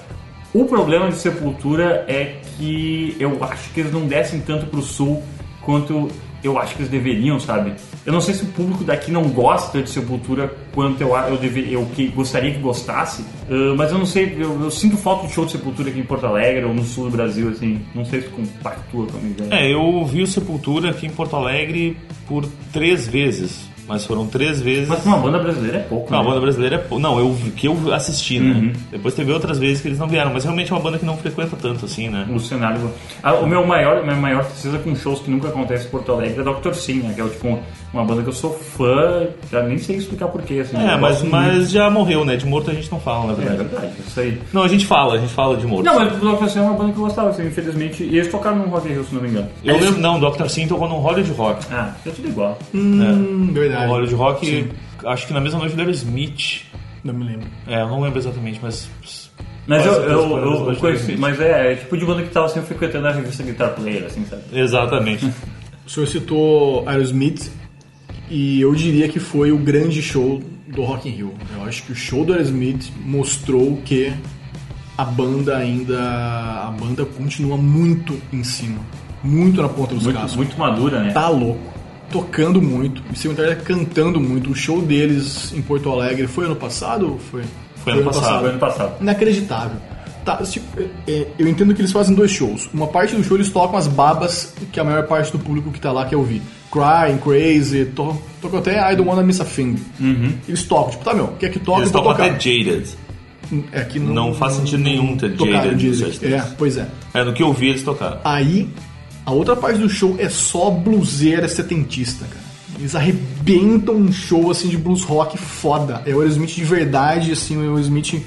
[SPEAKER 1] o problema de Sepultura é que eu acho que eles não descem tanto pro sul quanto eu acho que eles deveriam, sabe? Eu não sei se o público daqui não gosta de Sepultura quanto eu, a- eu, deve- eu que gostaria que gostasse, eh, mas eu não sei, eu, eu sinto falta de show de Sepultura aqui em Porto Alegre ou no sul do Brasil, assim. Não sei se compactua né? com a minha ideia.
[SPEAKER 2] É, eu vi o Sepultura aqui em Porto Alegre por três vezes. Mas foram três vezes.
[SPEAKER 1] Mas pra uma banda brasileira é pouco,
[SPEAKER 2] Não, a
[SPEAKER 1] né?
[SPEAKER 2] banda brasileira é. pou- Não, eu vi- que eu assisti, né?
[SPEAKER 1] Uhum.
[SPEAKER 2] Depois teve outras vezes que eles não vieram, mas realmente é uma banda que não frequenta tanto, assim, né?
[SPEAKER 1] O cenário. Ah, o meu maior, minha maior tristeza com shows que nunca acontece em Porto Alegre é Dr. Sim, né? Que é tipo uma banda que eu sou fã, já nem sei explicar porquê. Assim,
[SPEAKER 2] É,
[SPEAKER 1] eu
[SPEAKER 2] mas,
[SPEAKER 1] gosto
[SPEAKER 2] mas já morreu, né? De morto a gente não fala, na
[SPEAKER 1] muito. É
[SPEAKER 2] verdade.
[SPEAKER 1] verdade, isso aí.
[SPEAKER 2] Não, a gente fala, a gente fala de morto.
[SPEAKER 1] Não, mas o Dr. Sim é uma banda que eu gostava, assim, infelizmente. E eles tocaram no Rock in Rio, se não me engano.
[SPEAKER 2] Eu
[SPEAKER 1] Eles-
[SPEAKER 2] lembro, não, Dr. Sim tocou num Hollywood Rock.
[SPEAKER 1] Ah, é tudo igual.
[SPEAKER 3] Hum,
[SPEAKER 2] No
[SPEAKER 1] É.
[SPEAKER 3] verdade.
[SPEAKER 2] Hollywood Rock, acho que na mesma noite deram Smith.
[SPEAKER 3] Não me lembro.
[SPEAKER 2] É, eu não lembro exatamente, mas.
[SPEAKER 1] Mas eu,
[SPEAKER 2] quase
[SPEAKER 1] eu,
[SPEAKER 2] todas as
[SPEAKER 1] eu,
[SPEAKER 2] bandas
[SPEAKER 1] eu
[SPEAKER 2] do Hollywood
[SPEAKER 1] conheci,
[SPEAKER 2] Smith.
[SPEAKER 1] mas é, é tipo de banda que tava sempre frequentando a assim, revista Guitar Player, assim, sabe?
[SPEAKER 2] Exatamente.
[SPEAKER 3] O senhor citou Aerosmith, E eu diria que foi o grande show do Rock in Rio. Eu acho que o show do Aerosmith mostrou que a banda ainda a banda continua muito em cima, muito na ponta dos
[SPEAKER 1] Muito,
[SPEAKER 3] cascos.
[SPEAKER 1] muito madura, né?
[SPEAKER 3] Tá louco, tocando muito, em segunda cantando muito. O show deles em Porto Alegre foi ano passado ou foi?
[SPEAKER 2] Foi ano passado.
[SPEAKER 1] Foi ano passado.
[SPEAKER 3] Inacreditável. Tá, tipo, é, é, eu entendo que eles fazem dois shows. Uma parte do show eles tocam as babas que a maior parte do público que tá lá quer ouvir. Crying, Crazy, to, tocam até I Don't Wanna Miss a Thing. Eles tocam, tipo, tá meu, quer que toque,
[SPEAKER 2] Uhum. Eles
[SPEAKER 3] eu vou
[SPEAKER 2] tocam
[SPEAKER 3] tocar.
[SPEAKER 2] até Jaded.
[SPEAKER 3] É que
[SPEAKER 2] Não faz sentido nenhum ter
[SPEAKER 3] tocaram
[SPEAKER 2] Jaded
[SPEAKER 3] Jaded.
[SPEAKER 2] nos
[SPEAKER 3] É,
[SPEAKER 2] Jaded.
[SPEAKER 3] pois é.
[SPEAKER 2] É, no que eu vi, eles tocaram.
[SPEAKER 3] Aí, a outra parte do show é só bluseira setentista, cara. Eles arrebentam um show assim de blues rock foda. É o Aerosmith de verdade, assim, o Aerosmith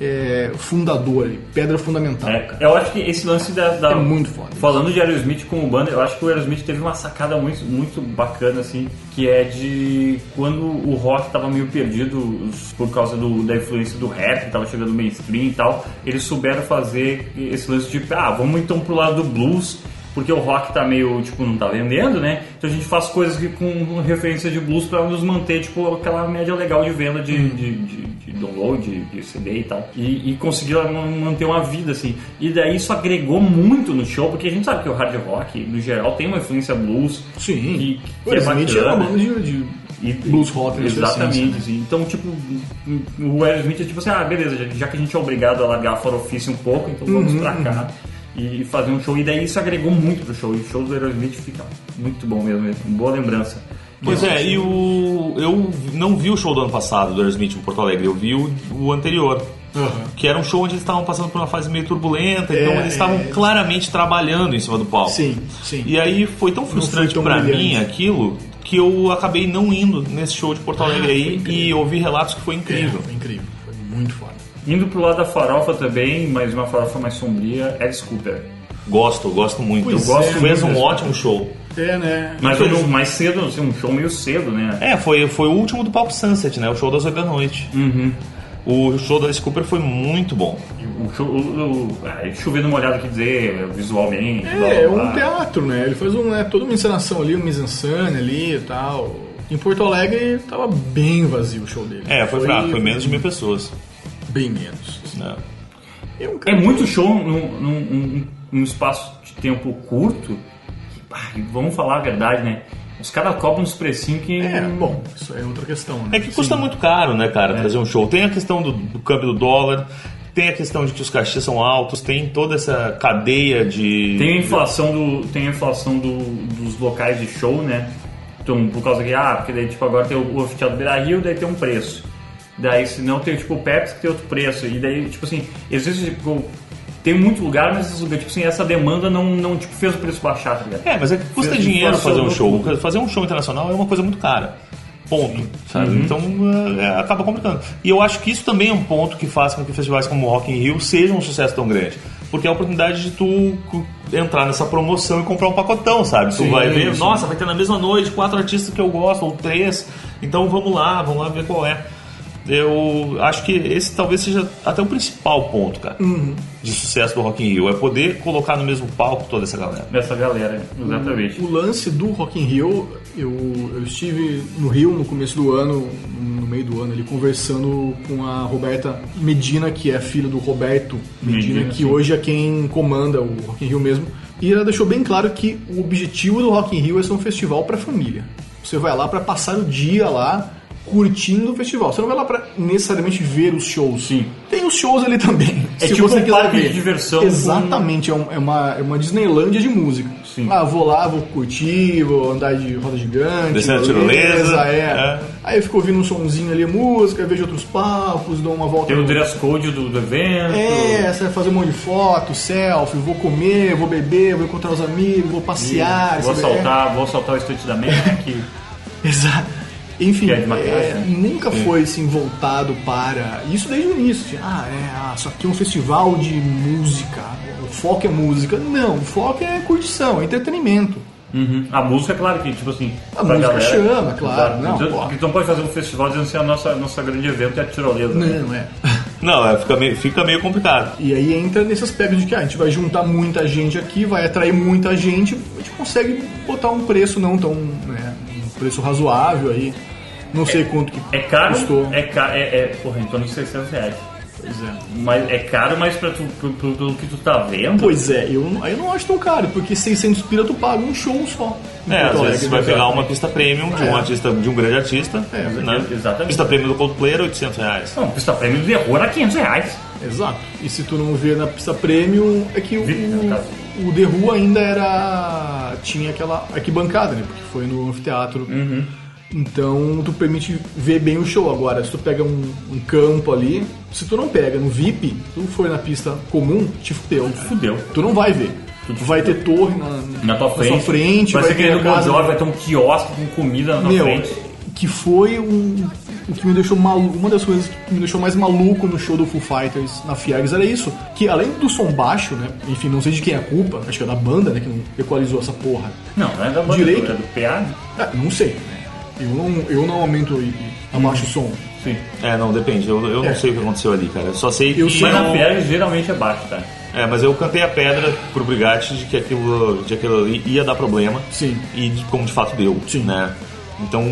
[SPEAKER 3] é, fundador, ali, pedra fundamental.
[SPEAKER 1] É, eu acho que esse lance da. da-
[SPEAKER 3] É muito foda.
[SPEAKER 1] Falando de Aerosmith com o banda, eu acho que o Aerosmith teve uma sacada muito, muito bacana, assim, que é de quando o rock tava meio perdido os- por causa do- da influência do rap, que tava chegando mainstream e tal, eles souberam fazer esse lance de, ah, vamos então pro lado do blues, porque o rock tá meio, tipo, não tá vendendo, né? Então a gente faz coisas que, com referência de blues pra nos manter, tipo, aquela média legal de venda de, de, de- de download, de, de CD e tal. E, e conseguiu manter uma vida, assim. E daí isso agregou muito no show, porque a gente sabe que o hard rock, no geral, tem uma influência blues.
[SPEAKER 3] Sim.
[SPEAKER 1] Que, que
[SPEAKER 3] o
[SPEAKER 1] é
[SPEAKER 3] Aerosmith
[SPEAKER 2] né?
[SPEAKER 3] era uma
[SPEAKER 1] bacana.
[SPEAKER 3] banda de, de
[SPEAKER 1] E-
[SPEAKER 3] blues rock. né, assim,
[SPEAKER 1] Exatamente,
[SPEAKER 3] né?
[SPEAKER 1] assim. Então, tipo, o Aerosmith é tipo assim, ah, beleza, já- já que a gente é obrigado a largar a farofícia um pouco, então vamos
[SPEAKER 3] Uhum,
[SPEAKER 1] pra cá e fazer um show. E daí isso agregou muito pro show. E o show do Aerosmith fica muito bom mesmo, mesmo. boa lembrança.
[SPEAKER 2] Pois é, e o. Eu não vi o show do ano passado do Aerosmith em Porto Alegre, eu vi o, o anterior. Que era um show onde eles estavam passando por uma fase meio turbulenta, então
[SPEAKER 3] É,
[SPEAKER 2] eles estavam
[SPEAKER 3] é.
[SPEAKER 2] claramente trabalhando em cima do palco.
[SPEAKER 3] Sim, sim.
[SPEAKER 2] E aí foi tão frustrante
[SPEAKER 3] tão
[SPEAKER 2] pra
[SPEAKER 3] brilhante.
[SPEAKER 2] mim aquilo que eu acabei não indo nesse show de Porto
[SPEAKER 3] Ah,
[SPEAKER 2] Alegre aí e ouvi relatos que foi
[SPEAKER 3] É,
[SPEAKER 2] incrível.
[SPEAKER 3] foi incrível. Foi muito foda.
[SPEAKER 1] Indo pro lado da farofa também, mas uma farofa mais sombria, Alice Cooper.
[SPEAKER 2] Gosto, gosto muito.
[SPEAKER 3] Pois
[SPEAKER 2] eu gosto,
[SPEAKER 3] é,
[SPEAKER 2] fez um
[SPEAKER 3] mesmo.
[SPEAKER 2] ótimo show.
[SPEAKER 3] É, né?
[SPEAKER 1] Mas foi um- mais cedo, assim, um show meio cedo, né?
[SPEAKER 2] É, foi, foi o último do Palco Sunset, né? O show das oito da noite.
[SPEAKER 3] Uhum.
[SPEAKER 2] O show da Alice Cooper foi muito bom.
[SPEAKER 1] O show, o, o, ah, chovendo molhado quer dizer, visualmente. blá,
[SPEAKER 3] É, é
[SPEAKER 1] blá, blá.
[SPEAKER 3] um teatro, né? Ele faz um, né, toda uma encenação ali, uma mise-en-scène ali e tal. Em Porto Alegre tava bem vazio o show dele.
[SPEAKER 2] É, foi, fraco, foi menos de mil pessoas.
[SPEAKER 3] Bem menos. assim.
[SPEAKER 2] né?
[SPEAKER 3] É um cara
[SPEAKER 1] É muito show num, num- num- num espaço de tempo curto. que, pá, e vamos falar a verdade, né? Os caras cobram uns precinhos que.
[SPEAKER 3] É, bom, isso é outra questão, né?
[SPEAKER 2] É que custa muito caro, né, cara, trazer um show. Tem a questão do, do câmbio do dólar, tem a questão de que os cachês são altos, tem toda essa cadeia de.
[SPEAKER 1] Tem a inflação, do, tem a inflação do- dos locais de show, né? Então, por causa que, ah, porque daí, tipo, agora tem o oficial do Beira Rio, daí tem um preço. Daí, se não, tem, tipo, o Pepsi que tem outro preço. E daí, tipo assim, existe, tipo, tem muito lugar, mas esse lugar, tipo assim, essa demanda não, não tipo, fez o preço baixar, tá ligado?
[SPEAKER 2] É, mas é que custa
[SPEAKER 1] Inflação
[SPEAKER 2] dinheiro fazer um
[SPEAKER 1] do-
[SPEAKER 2] show. Fazer um show internacional é uma coisa muito cara. Ponto, sabe? Então é, é, acaba complicando. E eu acho que isso também é um ponto que faz com que festivais como o Rock in Rio sejam um sucesso tão grande. Porque é a oportunidade de tu cu- entrar nessa promoção e comprar um pacotão, sabe? tu vai ver, nossa, vai ter na mesma noite quatro artistas que eu gosto, ou três. Então vamos lá, vamos lá ver qual é. Eu acho que esse talvez seja até o principal ponto, cara, de sucesso do Rock in Rio. É poder colocar no mesmo palco toda essa galera.
[SPEAKER 1] Dessa galera, exatamente.
[SPEAKER 3] O lance do Rock in Rio, eu, eu estive no Rio no começo do ano, no meio do ano, ali conversando com a Roberta Medina, que é filha do Roberto Medina,
[SPEAKER 1] Medina,
[SPEAKER 3] que hoje é quem comanda o Rock in Rio mesmo. E ela deixou bem claro que o objetivo do Rock in Rio é ser um festival para família. Você vai lá para passar o dia lá curtindo o festival. Você não vai lá para necessariamente ver os shows.
[SPEAKER 1] Sim.
[SPEAKER 3] Tem os shows ali também.
[SPEAKER 1] É
[SPEAKER 3] se
[SPEAKER 1] tipo
[SPEAKER 3] você
[SPEAKER 1] um
[SPEAKER 3] quiser
[SPEAKER 1] parque de
[SPEAKER 3] ver.
[SPEAKER 1] diversão com-
[SPEAKER 3] Exatamente. Exatamente, é, um- é uma, é uma Disneylândia de música.
[SPEAKER 1] Sim.
[SPEAKER 3] Ah, vou lá, vou curtir, vou andar de roda gigante.
[SPEAKER 2] Descer na tirolesa,
[SPEAKER 3] É.
[SPEAKER 1] né?
[SPEAKER 2] é.
[SPEAKER 3] Aí eu fico ouvindo um somzinho ali, música, vejo outros papos, dou uma volta.
[SPEAKER 1] Tem o
[SPEAKER 3] no-
[SPEAKER 1] dress code do, do evento.
[SPEAKER 3] é, você vai fazer um monte de foto, selfie, vou comer, vou beber, vou encontrar os amigos, vou passear.
[SPEAKER 1] vou
[SPEAKER 3] sabe? É.
[SPEAKER 1] assaltar, vou assaltar o estante da Mac.
[SPEAKER 3] Exato. Enfim,
[SPEAKER 1] Que é de maquiagem,
[SPEAKER 3] é,
[SPEAKER 1] né?
[SPEAKER 3] nunca foi assim voltado para. Isso desde o início. assim, Ah, é, ah, isso aqui é um festival de música. O foco é música. Não, o foco é curtição, é entretenimento.
[SPEAKER 1] Uhum. A música, é claro que, tipo assim.
[SPEAKER 3] A
[SPEAKER 1] pra
[SPEAKER 3] música chama, claro, não,
[SPEAKER 1] Então-
[SPEAKER 3] pô.
[SPEAKER 1] porque tu não pode fazer um festival dizendo assim, a nossa, nossa grande evento é a tirolesa. né?
[SPEAKER 3] Não, é.
[SPEAKER 2] Não, é, fica, meio, fica meio complicado.
[SPEAKER 3] E aí entra nesse aspecto de que ah, a gente vai juntar muita gente aqui, vai atrair muita gente, a gente consegue botar um preço não tão, né, preço razoável aí. Não sei quanto que
[SPEAKER 1] É caro,
[SPEAKER 3] custou.
[SPEAKER 1] é caro, é, é, porra, em torno de 600 reais.
[SPEAKER 3] Pois é.
[SPEAKER 1] Mas é caro, mas pra tu, pro- pro- pelo que tu tá vendo,
[SPEAKER 3] Pois é, eu, não- eu não acho tão caro, porque 600 pila tu paga um show só. em
[SPEAKER 2] É, às
[SPEAKER 3] Porto Alegre,
[SPEAKER 2] vezes você vai
[SPEAKER 3] né,
[SPEAKER 2] pegar
[SPEAKER 3] cara?
[SPEAKER 2] uma pista premium de um
[SPEAKER 3] É.
[SPEAKER 2] artista, de um grande artista.
[SPEAKER 3] É,
[SPEAKER 2] né?
[SPEAKER 1] exatamente.
[SPEAKER 2] Pista premium do Coldplay era 800 reais.
[SPEAKER 1] não, um pista prêmio de terror a 500 reais.
[SPEAKER 3] Exato. E se tu não vê na pista premium, é que o,
[SPEAKER 1] Vi, né, no caso.
[SPEAKER 3] o The Who ainda era. tinha aquela arquibancada, né? Porque foi no anfiteatro.
[SPEAKER 1] Uhum.
[SPEAKER 3] Então tu permite ver bem o show agora. Se tu pega um, um campo ali, se tu não pega no VIP, tu foi na pista comum, te fudeu.
[SPEAKER 1] Fudeu.
[SPEAKER 3] Tu não vai ver. Tu vai ter torre na,
[SPEAKER 1] É. Na tua frente.
[SPEAKER 3] sua frente,
[SPEAKER 1] vai ser
[SPEAKER 3] ter
[SPEAKER 1] querendo
[SPEAKER 3] a casa-
[SPEAKER 1] Bon Jovi, vai ter um quiosque com comida na tua
[SPEAKER 3] meu,
[SPEAKER 1] frente.
[SPEAKER 3] que foi um, o que me deixou maluco, uma das coisas que me deixou mais maluco no show do Foo Fighters na Fieres era isso, que além do som baixo, né, enfim, não sei de quem é a culpa, acho que é da banda, né, que não equalizou essa porra.
[SPEAKER 1] Não, não é da banda,
[SPEAKER 3] direito.
[SPEAKER 1] é do PA. né?
[SPEAKER 3] Ah, não sei, né, eu não, eu não aumento e, e abaixo o som.
[SPEAKER 1] Sim.
[SPEAKER 2] É, não, depende. Eu, eu
[SPEAKER 3] É.
[SPEAKER 2] não sei o que aconteceu ali, cara. Eu só sei
[SPEAKER 3] Eu
[SPEAKER 2] que.
[SPEAKER 3] sei
[SPEAKER 1] Mas na
[SPEAKER 2] eu-
[SPEAKER 1] PA geralmente é baixo, tá?
[SPEAKER 2] É, mas eu cantei a pedra pro Brigatti de que aquilo, de aquilo ali ia dar problema.
[SPEAKER 3] Sim.
[SPEAKER 2] E de- como de fato deu.
[SPEAKER 3] Sim.
[SPEAKER 2] Né? Então,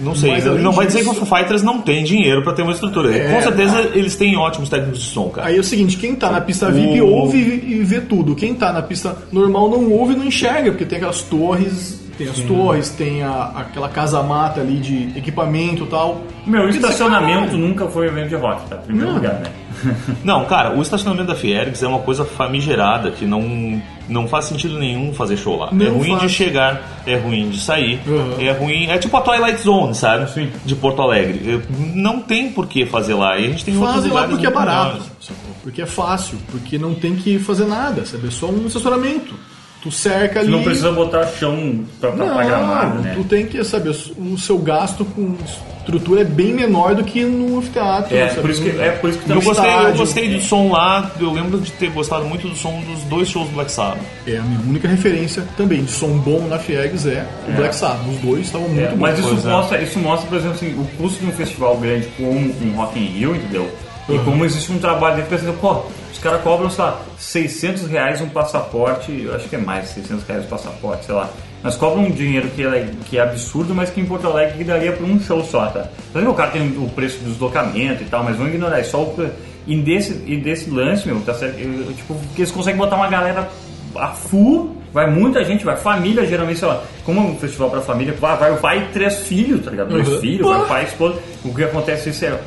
[SPEAKER 2] não sei.
[SPEAKER 3] Mas, além
[SPEAKER 2] não vai dizer
[SPEAKER 3] disso-
[SPEAKER 2] que o Foo Fighters não tem dinheiro pra ter uma estrutura.
[SPEAKER 3] É.
[SPEAKER 2] Com certeza eles têm ótimos técnicos de som, cara.
[SPEAKER 3] Aí é o seguinte, quem tá na pista VIP
[SPEAKER 2] O-
[SPEAKER 3] ouve e e vê tudo, quem tá na pista normal não ouve e não enxerga, porque tem aquelas torres... Tem as torres, tem a- aquela casa-mata ali de equipamento e tal.
[SPEAKER 1] Meu,
[SPEAKER 3] Esse
[SPEAKER 1] estacionamento
[SPEAKER 3] caralho.
[SPEAKER 1] nunca foi evento de rock, tá? Primeiro
[SPEAKER 3] Não.
[SPEAKER 1] lugar, né?
[SPEAKER 2] Não, cara, o estacionamento da Fiergs é uma coisa famigerada que não, não faz sentido nenhum fazer show lá.
[SPEAKER 3] Não
[SPEAKER 2] é ruim
[SPEAKER 3] faz.
[SPEAKER 2] de chegar, é ruim de sair,
[SPEAKER 3] Uhum.
[SPEAKER 2] é ruim. É tipo a Twilight Zone, sabe?
[SPEAKER 1] Sim.
[SPEAKER 2] De Porto Alegre. Eu- Não tem por que fazer lá. E a gente tem outros
[SPEAKER 3] Fazem lá
[SPEAKER 2] lugares
[SPEAKER 3] porque é
[SPEAKER 2] muito
[SPEAKER 3] barato,
[SPEAKER 2] melhores.
[SPEAKER 3] sacou? porque é fácil, porque não tem que fazer nada, sabe? É só um estacionamento. Tu cerca ali.
[SPEAKER 1] Não precisa botar chão pra
[SPEAKER 3] Não,
[SPEAKER 1] tapar gramado, né?
[SPEAKER 3] tu tem que saber, o seu gasto com estrutura é bem menor do que no anfiteatro.
[SPEAKER 1] É,
[SPEAKER 3] sabe?
[SPEAKER 1] por isso que, é por isso que
[SPEAKER 2] Eu
[SPEAKER 1] também
[SPEAKER 2] gostei, eu
[SPEAKER 3] estádio.
[SPEAKER 2] gostei do som lá, eu lembro de ter gostado muito do som dos dois shows do Black Sabbath.
[SPEAKER 3] É a minha única referência também de som bom na Fiegs é o Black Sabbath. Os dois estavam muito
[SPEAKER 1] É,
[SPEAKER 3] bons.
[SPEAKER 1] mas isso
[SPEAKER 2] Pois é.
[SPEAKER 1] mostra, isso mostra, por exemplo, assim, o custo de um festival grande como um Rock in Rio, entendeu? E como existe um trabalho dentro, pensando, pô, os caras cobram, sei lá, 600 reais um passaporte, eu acho que é mais, 600 reais um passaporte, sei lá. Mas cobram um dinheiro que é, que é absurdo, mas que em Porto Alegre daria por um show só, tá? Mas o cara tem o preço do deslocamento e tal, mas vão ignorar, é só o... pre- E desse, e desse lance, meu, tá certo? eu- eu, tipo, que eles conseguem botar uma galera a full, vai muita gente, vai família, geralmente, sei lá, como é um festival pra família, vai, vai o pai e três filhos, tá ligado? Dois
[SPEAKER 3] Uhum.
[SPEAKER 1] filhos, vai o pai e a esposa. O que acontece isso é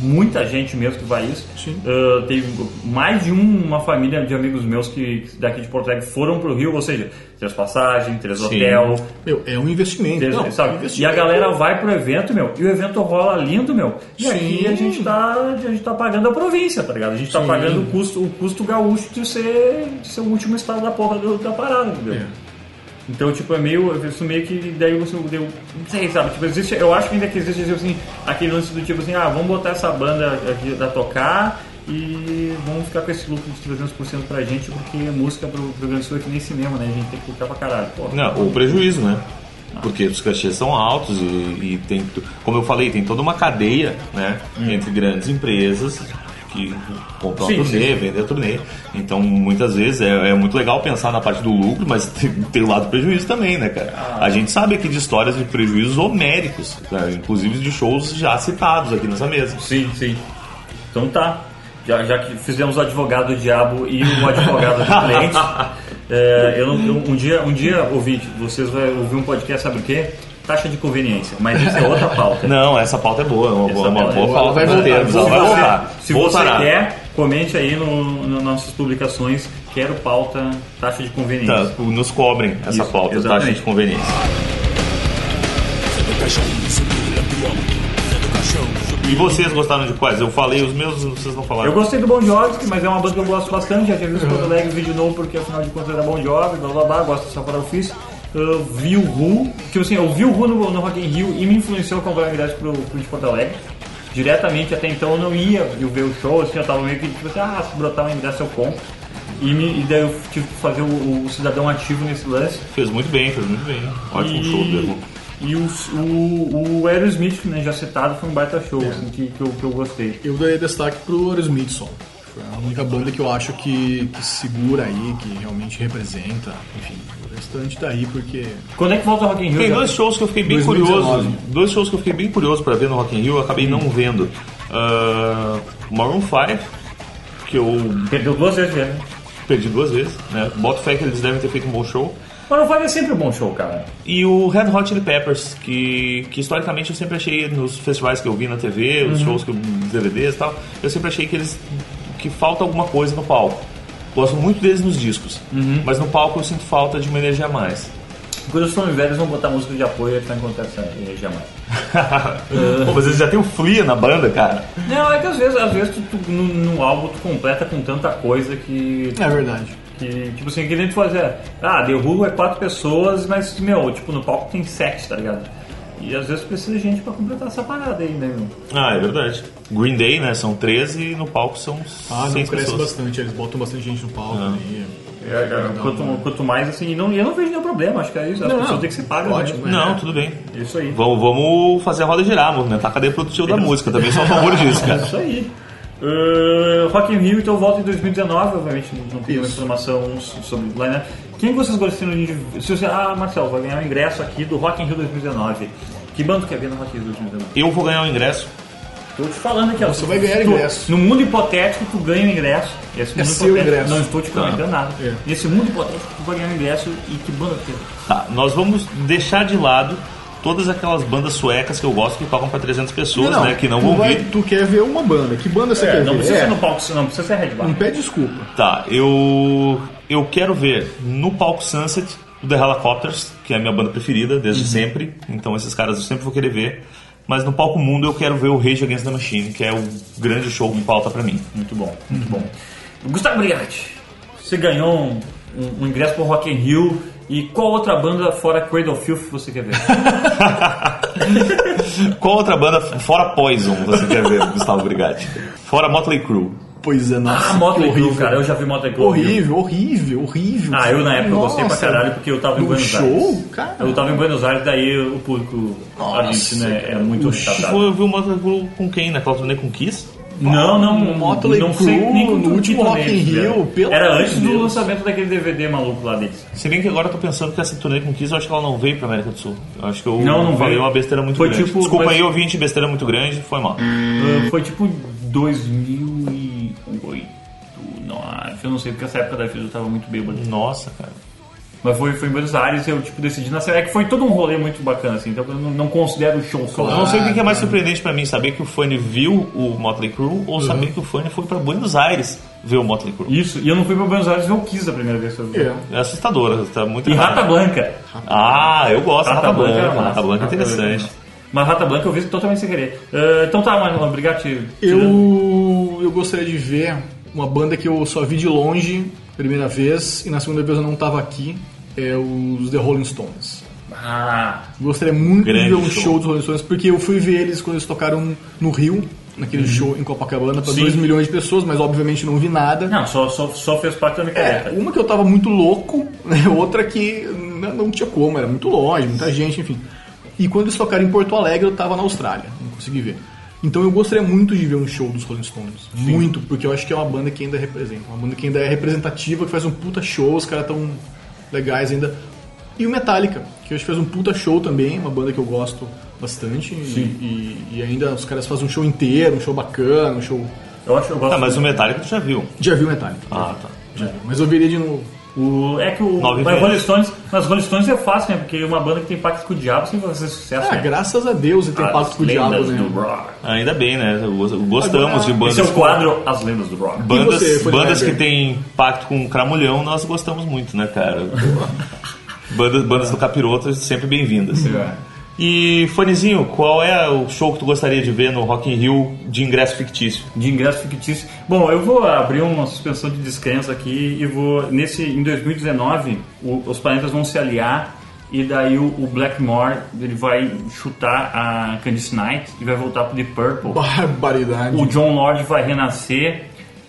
[SPEAKER 1] muita gente mesmo que vai isso.
[SPEAKER 3] Sim.
[SPEAKER 1] Ah, tem mais de um, uma família de amigos meus que daqui de Porto Alegre foram pro Rio, ou seja, três passagens, três
[SPEAKER 2] Sim.
[SPEAKER 1] hotel,
[SPEAKER 3] Meu, é um investimento.
[SPEAKER 1] três,
[SPEAKER 3] Não, é um
[SPEAKER 1] sabe? E a
[SPEAKER 3] investimento.
[SPEAKER 1] galera vai pro evento, meu, e o evento rola lindo, meu. E aqui
[SPEAKER 3] Sim.
[SPEAKER 1] a gente, tá, a gente tá pagando a província, tá ligado? A gente tá
[SPEAKER 3] Sim.
[SPEAKER 1] pagando o custo, o custo gaúcho de ser, de ser o último estado da porra do- da parada, entendeu?
[SPEAKER 3] É.
[SPEAKER 1] Então, tipo, é meio. Isso meio que. Daí você deu. Não sei, sabe? Tipo, existe. Eu acho que ainda que existe, tipo assim, aquele lance do tipo assim, ah, vamos botar essa banda aqui pra tocar e vamos ficar com esse lucro de 300% pra gente, porque música pro, pro Grande Sul é que nem cinema, né? A gente tem que lucrar pra caralho. Pô,
[SPEAKER 2] Não, o prejuízo, né? Porque os cachês são altos e, e tem, tu- como eu falei, tem toda uma cadeia, né? Entre grandes empresas que compram
[SPEAKER 1] Hum. Sim,
[SPEAKER 2] a turnê, vendem a turnê. Então, muitas vezes é, é muito legal pensar na parte do lucro, mas tem, tem o lado do prejuízo também, né, cara?
[SPEAKER 1] Ah.
[SPEAKER 2] A gente sabe aqui de histórias de prejuízos homéricos, né? inclusive de shows já citados aqui nessa mesa.
[SPEAKER 1] Sim, sim. Então tá. Já, já que fizemos o advogado do diabo e o advogado do cliente. é, eu não- eu- um dia, um dia, ouvinte, vocês vão ouvir um podcast, sabe o quê? Taxa de conveniência. Mas isso é outra pauta.
[SPEAKER 2] Não, essa pauta é boa, é uma, boa-
[SPEAKER 1] Essa
[SPEAKER 2] uma
[SPEAKER 1] pauta é
[SPEAKER 2] boa
[SPEAKER 1] boa.
[SPEAKER 2] pauta
[SPEAKER 3] Vai
[SPEAKER 2] dos
[SPEAKER 3] voltar,
[SPEAKER 2] termos, ela
[SPEAKER 1] Se
[SPEAKER 2] vai
[SPEAKER 1] você-
[SPEAKER 2] voltar.
[SPEAKER 1] Se
[SPEAKER 2] Voltará.
[SPEAKER 1] você quer, comente aí nas no, nas nossas publicações. Quero pauta, taxa de
[SPEAKER 2] Tá,
[SPEAKER 1] conveniência.
[SPEAKER 2] nos cobrem essa
[SPEAKER 1] Isso,
[SPEAKER 2] pauta, tá?
[SPEAKER 1] exatamente.
[SPEAKER 2] taxa de conveniência. E vocês gostaram de quais? Eu falei os meus, vocês não falaram.
[SPEAKER 1] Eu gostei do Bon Jovi, mas é uma banda que eu gosto bastante. Já tinha visto Porto Alegre, vídeo novo, porque afinal de contas era Bon Jovi, blá blá blá, gosto de Safari Office. Eu vi o Who, tipo assim, eu vi o Who no, no Rock in Rio e me influenciou com a gravidade pro, pro de Porto Alegre. Diretamente, até então eu não ia eu ver o show, assim, eu tava meio que tipo assim, ah, se brotar uma ingresso eu compro. E, me, e daí eu tive que fazer o- o cidadão ativo nesse lance.
[SPEAKER 2] Fez muito bem, fez muito bem. Ótimo
[SPEAKER 1] E-
[SPEAKER 2] Um show dele.
[SPEAKER 1] E o, o, o Aerosmith, né, já citado, foi um baita show assim, que, que, eu, que eu gostei.
[SPEAKER 3] Eu daria destaque pro Aerosmith só. Foi a única banda que eu acho que, que segura aí, que realmente representa. Enfim, o restante tá aí porque.
[SPEAKER 1] Quando é que volta o Rock in Rio?
[SPEAKER 2] Tem
[SPEAKER 1] já?
[SPEAKER 2] dois shows que eu fiquei bem
[SPEAKER 3] 2019.
[SPEAKER 2] curioso. Dois shows que eu fiquei bem curioso pra ver no Rock in Rio, eu acabei não vendo. Ah, Maroon 5, que eu
[SPEAKER 1] Perdeu duas vezes, né?
[SPEAKER 2] perdi duas vezes, né? Boto fé que eles devem ter feito um bom show.
[SPEAKER 1] Mas o Five é sempre um bom show, cara.
[SPEAKER 2] E o Red Hot Chili Peppers, que, que historicamente eu sempre achei nos festivais que eu vi na TV, os shows que eu, os DVDs e tal, eu sempre achei que eles que falta alguma coisa no palco. Gosto muito deles nos discos, mas no palco eu sinto falta de uma energia a mais.
[SPEAKER 1] Quando os fãs velhos vão botar música de apoio, eles vão encontrar essa energia mais.
[SPEAKER 2] Pô, mas eles já tem o Flea na banda, cara.
[SPEAKER 1] Não, é que às vezes, às vezes tu, tu- no, no álbum tu completa com tanta coisa que.
[SPEAKER 3] É verdade.
[SPEAKER 1] que tipo assim, que nem tu fazer. Ah, The Who é quatro pessoas, mas, meu, tipo, no palco tem sete, tá ligado? E às vezes precisa de gente pra completar essa parada aí, né, meu?
[SPEAKER 2] Ah, é verdade. Green Day, né? São 13 e no palco são
[SPEAKER 3] Ah, não,
[SPEAKER 2] seis
[SPEAKER 3] cresce
[SPEAKER 2] pessoas.
[SPEAKER 3] bastante, eles botam bastante gente no palco ali.
[SPEAKER 1] É, cara,
[SPEAKER 3] Dá
[SPEAKER 1] quanto,
[SPEAKER 3] uma-
[SPEAKER 1] quanto mais assim, e não, eu não vejo nenhum problema, acho que é isso. As
[SPEAKER 3] Não,
[SPEAKER 1] pessoas têm que ser pagas.
[SPEAKER 3] ótimo,
[SPEAKER 1] né?
[SPEAKER 2] Não, tudo bem.
[SPEAKER 1] É Isso aí.
[SPEAKER 2] Vamos, vamos fazer a roda girar, né? movimentar a cadeia produtiva da música. Também sou a favor
[SPEAKER 1] É
[SPEAKER 2] disso, cara.
[SPEAKER 1] Isso aí. Uh, Rock in Rio, então volta em 2019, obviamente não- não tem uma
[SPEAKER 3] Isso.
[SPEAKER 1] informação so- sobre o line Quem vocês gostariam de... Se você, ah, Marcelo, vai ganhar um ingresso aqui do Rock in Rio 2019. Que bando quer ver no Rock in Rio 2019?
[SPEAKER 2] Eu vou ganhar o ingresso.
[SPEAKER 1] Tô te falando aqui, ó.
[SPEAKER 3] Você vai ganhar
[SPEAKER 1] tu-
[SPEAKER 3] ingresso. É
[SPEAKER 1] No mundo hipotético, tu ganha o ingresso. Esse mundo
[SPEAKER 3] seu
[SPEAKER 1] hipotético-
[SPEAKER 3] ingresso.
[SPEAKER 1] Não estou te prometendo nada.
[SPEAKER 3] É.
[SPEAKER 1] Nesse mundo hipotético, tu vai ganhar o ingresso e que banda quer ver?
[SPEAKER 2] Tá, nós vamos deixar de lado todas aquelas bandas suecas que eu gosto que tocam pra 300 pessoas, né? Que não
[SPEAKER 3] tu
[SPEAKER 2] vão
[SPEAKER 3] vai-
[SPEAKER 2] vir.
[SPEAKER 3] Tu quer ver uma banda? Que banda você quer
[SPEAKER 1] Não
[SPEAKER 3] ver?
[SPEAKER 1] precisa
[SPEAKER 3] É,
[SPEAKER 1] ser no palco, não precisa ser Red Bar.
[SPEAKER 3] não pede desculpa.
[SPEAKER 2] Tá, eu. Eu quero ver no palco Sunset o The Helicopters, que é a minha banda preferida
[SPEAKER 1] Uhum.
[SPEAKER 2] desde sempre. Então esses caras eu sempre vou querer ver. Mas no palco mundo eu quero ver o Rage Against the Machine, que é o grande show que falta pra mim.
[SPEAKER 1] Muito bom, muito bom. Gustavo Brigatti, você ganhou um, um- um ingresso pro Rock in Rio e qual outra banda fora Cradle of Filth você quer ver?
[SPEAKER 2] Qual outra banda, fora Poison, você quer ver, Gustavo Brigatti? Fora Motley Crue.
[SPEAKER 3] Pois é, nossa.
[SPEAKER 1] ah, Motley Crue,
[SPEAKER 3] horrível.
[SPEAKER 1] cara, eu já vi Motley Crue. ao vivo.
[SPEAKER 3] Horrível, horrível, horrível.
[SPEAKER 1] Ah, eu na época gostei pra
[SPEAKER 3] Nossa,
[SPEAKER 1] caralho porque eu tava em
[SPEAKER 3] num
[SPEAKER 1] Buenos
[SPEAKER 3] show,
[SPEAKER 1] Aires.
[SPEAKER 3] cara.
[SPEAKER 1] Eu tava em Buenos Aires, daí o público
[SPEAKER 3] Nossa,
[SPEAKER 1] argentino é, é muito
[SPEAKER 3] o
[SPEAKER 1] retardado.
[SPEAKER 2] Foi, eu vi o Motley Crue com quem? Naquela turnê com Kiss?
[SPEAKER 1] Não, não,
[SPEAKER 3] O Motley
[SPEAKER 1] não
[SPEAKER 3] Crue
[SPEAKER 1] sei nem com
[SPEAKER 3] no
[SPEAKER 1] que
[SPEAKER 3] último
[SPEAKER 1] turnê
[SPEAKER 3] Rock in
[SPEAKER 1] eles fizeram.
[SPEAKER 3] Rio, pelo
[SPEAKER 1] Era
[SPEAKER 3] amor de
[SPEAKER 1] antes do
[SPEAKER 3] Deus.
[SPEAKER 1] lançamento daquele DVD maluco lá deles.
[SPEAKER 2] Se bem que agora eu tô pensando que essa turnê com Kiss, eu acho que ela não veio pra América do Sul. Eu acho que eu
[SPEAKER 1] Não, não
[SPEAKER 2] falei
[SPEAKER 1] veio.
[SPEAKER 2] uma besteira muito
[SPEAKER 1] Foi
[SPEAKER 2] grande.
[SPEAKER 1] tipo-
[SPEAKER 2] Desculpa
[SPEAKER 1] mas-
[SPEAKER 2] aí, ouvinte, besteira muito grande, foi mal.
[SPEAKER 3] Hum.
[SPEAKER 1] Ah, Foi tipo 2008, 2009. Eu não sei, porque essa época da vida eu tava muito bêbado.
[SPEAKER 2] Nossa, cara.
[SPEAKER 1] Mas foi, foi em Buenos Aires eu, tipo, decidi na É que foi todo um rolê muito bacana, assim. Então eu não, não considero o show só.
[SPEAKER 2] Eu não sei o que que
[SPEAKER 1] Ah,
[SPEAKER 2] é mais surpreendente pra mim, saber que o Fanny viu o Motley Crue
[SPEAKER 1] Uhum.
[SPEAKER 2] ou saber que o Fanny foi pra Buenos Aires ver o Motley Crue.
[SPEAKER 1] Isso. E eu não fui pra Buenos Aires ver o Kiss a primeira vez. que eu vi.
[SPEAKER 3] É.
[SPEAKER 2] É assustador, tá muito
[SPEAKER 1] E
[SPEAKER 2] errado.
[SPEAKER 1] Rata Blanca.
[SPEAKER 2] Ah, eu gosto da Rata
[SPEAKER 1] era
[SPEAKER 2] Blanca.
[SPEAKER 1] massa.
[SPEAKER 2] Rata Blanca é
[SPEAKER 1] Rata Blanca era
[SPEAKER 2] interessante.
[SPEAKER 1] massa. Mas Rata Blanca eu vi totalmente sem querer. Ah, então tá, mano, obrigado. Te,
[SPEAKER 3] Eu, eu gostaria de ver uma banda que eu só vi de longe primeira vez e na segunda vez eu não tava aqui. É os The Rolling Stones.
[SPEAKER 1] Ah,
[SPEAKER 3] Gostaria muito
[SPEAKER 2] Grande
[SPEAKER 3] de ver um
[SPEAKER 2] show.
[SPEAKER 3] show. dos Rolling Stones, porque eu fui ver eles quando eles tocaram no Rio,
[SPEAKER 2] Uhum.
[SPEAKER 3] naquele show em Copacabana, pra 2 milhões de pessoas, mas obviamente não vi nada.
[SPEAKER 1] não, só, só, só fez parte da minha
[SPEAKER 3] É,
[SPEAKER 1] careta.
[SPEAKER 3] uma que eu tava muito louco, né, outra que n- não tinha como, era muito longe, muita gente, enfim. E quando eles tocaram em Porto Alegre, eu tava na Austrália, não consegui ver. Então eu gostaria muito de ver um show dos Rolling Stones. Muito, porque eu acho que é uma banda que ainda representa, uma banda que ainda é representativa, que faz um puta show, os caras tão legais ainda. E o Metallica, que eu acho que fez um puta show também, uma banda que eu gosto bastante. e- E, e ainda os caras fazem um show inteiro, um show bacana, um show.
[SPEAKER 1] Eu acho que eu gosto.
[SPEAKER 2] Tá, mas o Metallica tu já viu.
[SPEAKER 3] Já viu o Metallica?
[SPEAKER 2] Ah, tá.
[SPEAKER 3] Já vi, mas eu veria de novo.
[SPEAKER 1] O- é que o
[SPEAKER 2] Nove
[SPEAKER 1] mas
[SPEAKER 2] vezes.
[SPEAKER 1] Rolling Stones, mas Rolling Stones é fácil, né? Porque uma banda que tem pacto com o diabo sempre vai fazer sucesso.
[SPEAKER 2] É,
[SPEAKER 3] Ah,
[SPEAKER 1] né?
[SPEAKER 3] graças a Deus e ter
[SPEAKER 1] As
[SPEAKER 3] pacto com o diabo,
[SPEAKER 1] lendas
[SPEAKER 3] né?
[SPEAKER 1] do rock.
[SPEAKER 2] Ainda bem, né? Gostamos
[SPEAKER 3] Agora-
[SPEAKER 2] de bandas.
[SPEAKER 1] Esse é o
[SPEAKER 2] com-
[SPEAKER 1] quadro As Lendas do Rock.
[SPEAKER 2] Bandas,
[SPEAKER 3] você, Felipe
[SPEAKER 2] bandas que
[SPEAKER 3] Weber?
[SPEAKER 2] tem pacto com o Cramulhão, nós gostamos muito, né, cara? bandas, bandas do Capiroto, sempre bem-vindas.
[SPEAKER 3] É.
[SPEAKER 2] E, Fonezinho, qual é o show que tu gostaria de ver no Rock in Rio de ingresso fictício?
[SPEAKER 1] De ingresso fictício. Bom, eu vou abrir uma suspensão de descrença aqui e vou. Nesse, em 2019, o- os planetas vão se aliar e daí o, o Blackmore ele vai chutar a Candice Knight e vai voltar pro The Purple.
[SPEAKER 3] Barbaridade.
[SPEAKER 1] o John Lord vai renascer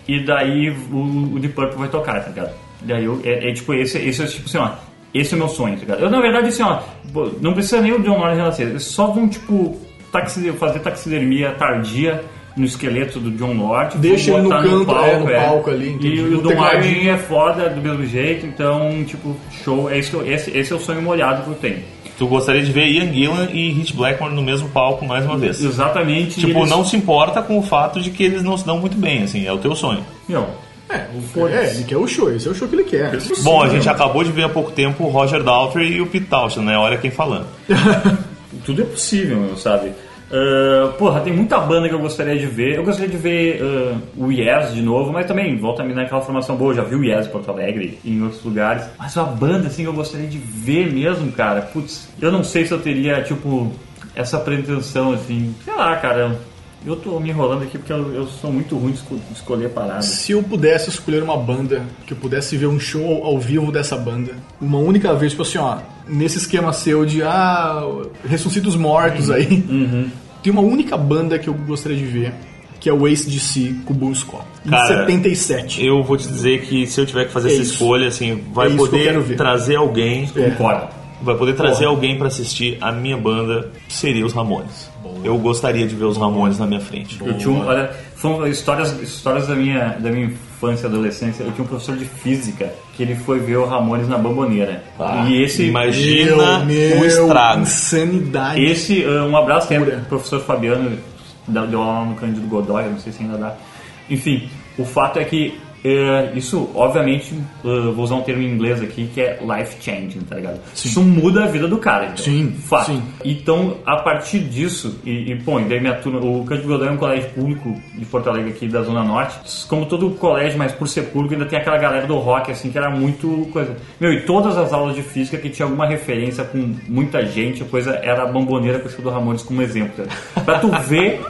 [SPEAKER 1] e daí o, o Deep Purple vai tocar, tá ligado? Daí eu, é, é tipo, esse, esse é tipo assim, ó. Esse é o meu sonho, tá ligado? Eu, na verdade, assim, ó, pô, não precisa nem o John Lord renascer. Eles só vão, tipo, taxi- fazer taxidermia tardia no esqueleto do John Lord.
[SPEAKER 3] Deixa ele no
[SPEAKER 1] botar
[SPEAKER 3] canto, é, no palco ali, entendi.
[SPEAKER 1] E
[SPEAKER 3] No
[SPEAKER 1] o Don
[SPEAKER 3] tecladinho.
[SPEAKER 1] Martin é foda do mesmo jeito, então, tipo, show. É isso que eu- esse, esse é o sonho molhado que eu tenho.
[SPEAKER 2] Tu gostaria de ver Ian Gillan e Hit Blackmore no mesmo palco mais uma vez.
[SPEAKER 1] Exatamente.
[SPEAKER 2] Tipo,
[SPEAKER 1] eles-
[SPEAKER 2] não se importa com o fato de que eles não se dão muito bem, assim, é o teu sonho.
[SPEAKER 1] Meu,
[SPEAKER 3] É, o- é, ele quer o show, esse é o né? show que ele quer.
[SPEAKER 2] Bom, a gente acabou de ver há pouco tempo o Roger Daltrey e o Pete Townshend, né? Olha quem falando.
[SPEAKER 1] tudo é possível, meu, sabe? Ah, porra, tem muita banda que eu gostaria de ver. Eu gostaria de ver ah, o Yes de novo, mas também volta a me naquela formação boa. Eu já vi o Yes em Porto Alegre e em outros lugares. Mas uma banda assim que eu gostaria de ver mesmo, cara. Putz, eu não sei se eu teria, tipo, essa pretensão assim. Sei lá, cara. Eu tô me enrolando aqui porque eu, eu sou muito ruim de esco- de escolher paradas.
[SPEAKER 3] Se eu pudesse escolher uma banda, que eu pudesse ver um show ao- ao vivo dessa banda, uma única vez, tipo assim, ó, nesse esquema seu de, ah, ressuscita os mortos aí, tem uma única banda que eu gostaria de ver, que é o Ace DC com o Bon Scott, em
[SPEAKER 2] Cara,
[SPEAKER 3] 77.
[SPEAKER 2] Eu vou te dizer que se eu tiver que fazer
[SPEAKER 3] É
[SPEAKER 2] essa
[SPEAKER 3] isso.
[SPEAKER 2] escolha, assim,
[SPEAKER 3] É
[SPEAKER 2] vai
[SPEAKER 3] isso que eu quero
[SPEAKER 2] poder
[SPEAKER 3] ver. É.
[SPEAKER 2] trazer alguém.
[SPEAKER 1] Concordo.
[SPEAKER 2] Vai poder trazer
[SPEAKER 3] Porra.
[SPEAKER 2] alguém pra assistir a minha banda, seria os Ramones. Eu gostaria de ver os Ramones na minha frente.
[SPEAKER 1] Eu tinha um, olha, foram histórias, histórias da minha, da minha infância e adolescência. Eu tinha um professor de física que ele foi ver o Ramones na Bamboneira.
[SPEAKER 2] Ah,
[SPEAKER 1] e esse,
[SPEAKER 2] Imagina
[SPEAKER 3] Meu,
[SPEAKER 2] o
[SPEAKER 3] meu,
[SPEAKER 2] estrago.
[SPEAKER 3] Insanidade.
[SPEAKER 1] esse uh, um abraço tem
[SPEAKER 3] Pura.
[SPEAKER 1] pro professor Fabiano, da, deu aula no Cândido Godoy, eu não sei se ainda dá. Enfim, o fato é que eh, isso, obviamente, eh, vou usar um termo em inglês aqui, que é life changing, tá ligado? Isso muda a vida do cara. Então.
[SPEAKER 3] Sim,
[SPEAKER 1] Fato.
[SPEAKER 3] sim.
[SPEAKER 1] Então, a partir disso, e, e pô, e daí minha turma, o Cândido Godoy é um colégio público de Porto Alegre aqui da Zona Norte. Como todo colégio, mas por ser público, ainda tem aquela galera do rock, assim, que era muito coisa. Meu, e todas as aulas de física que tinha alguma referência com muita gente, a coisa era a bomboneira com o show do Ramones como exemplo. tá? Pra tu ver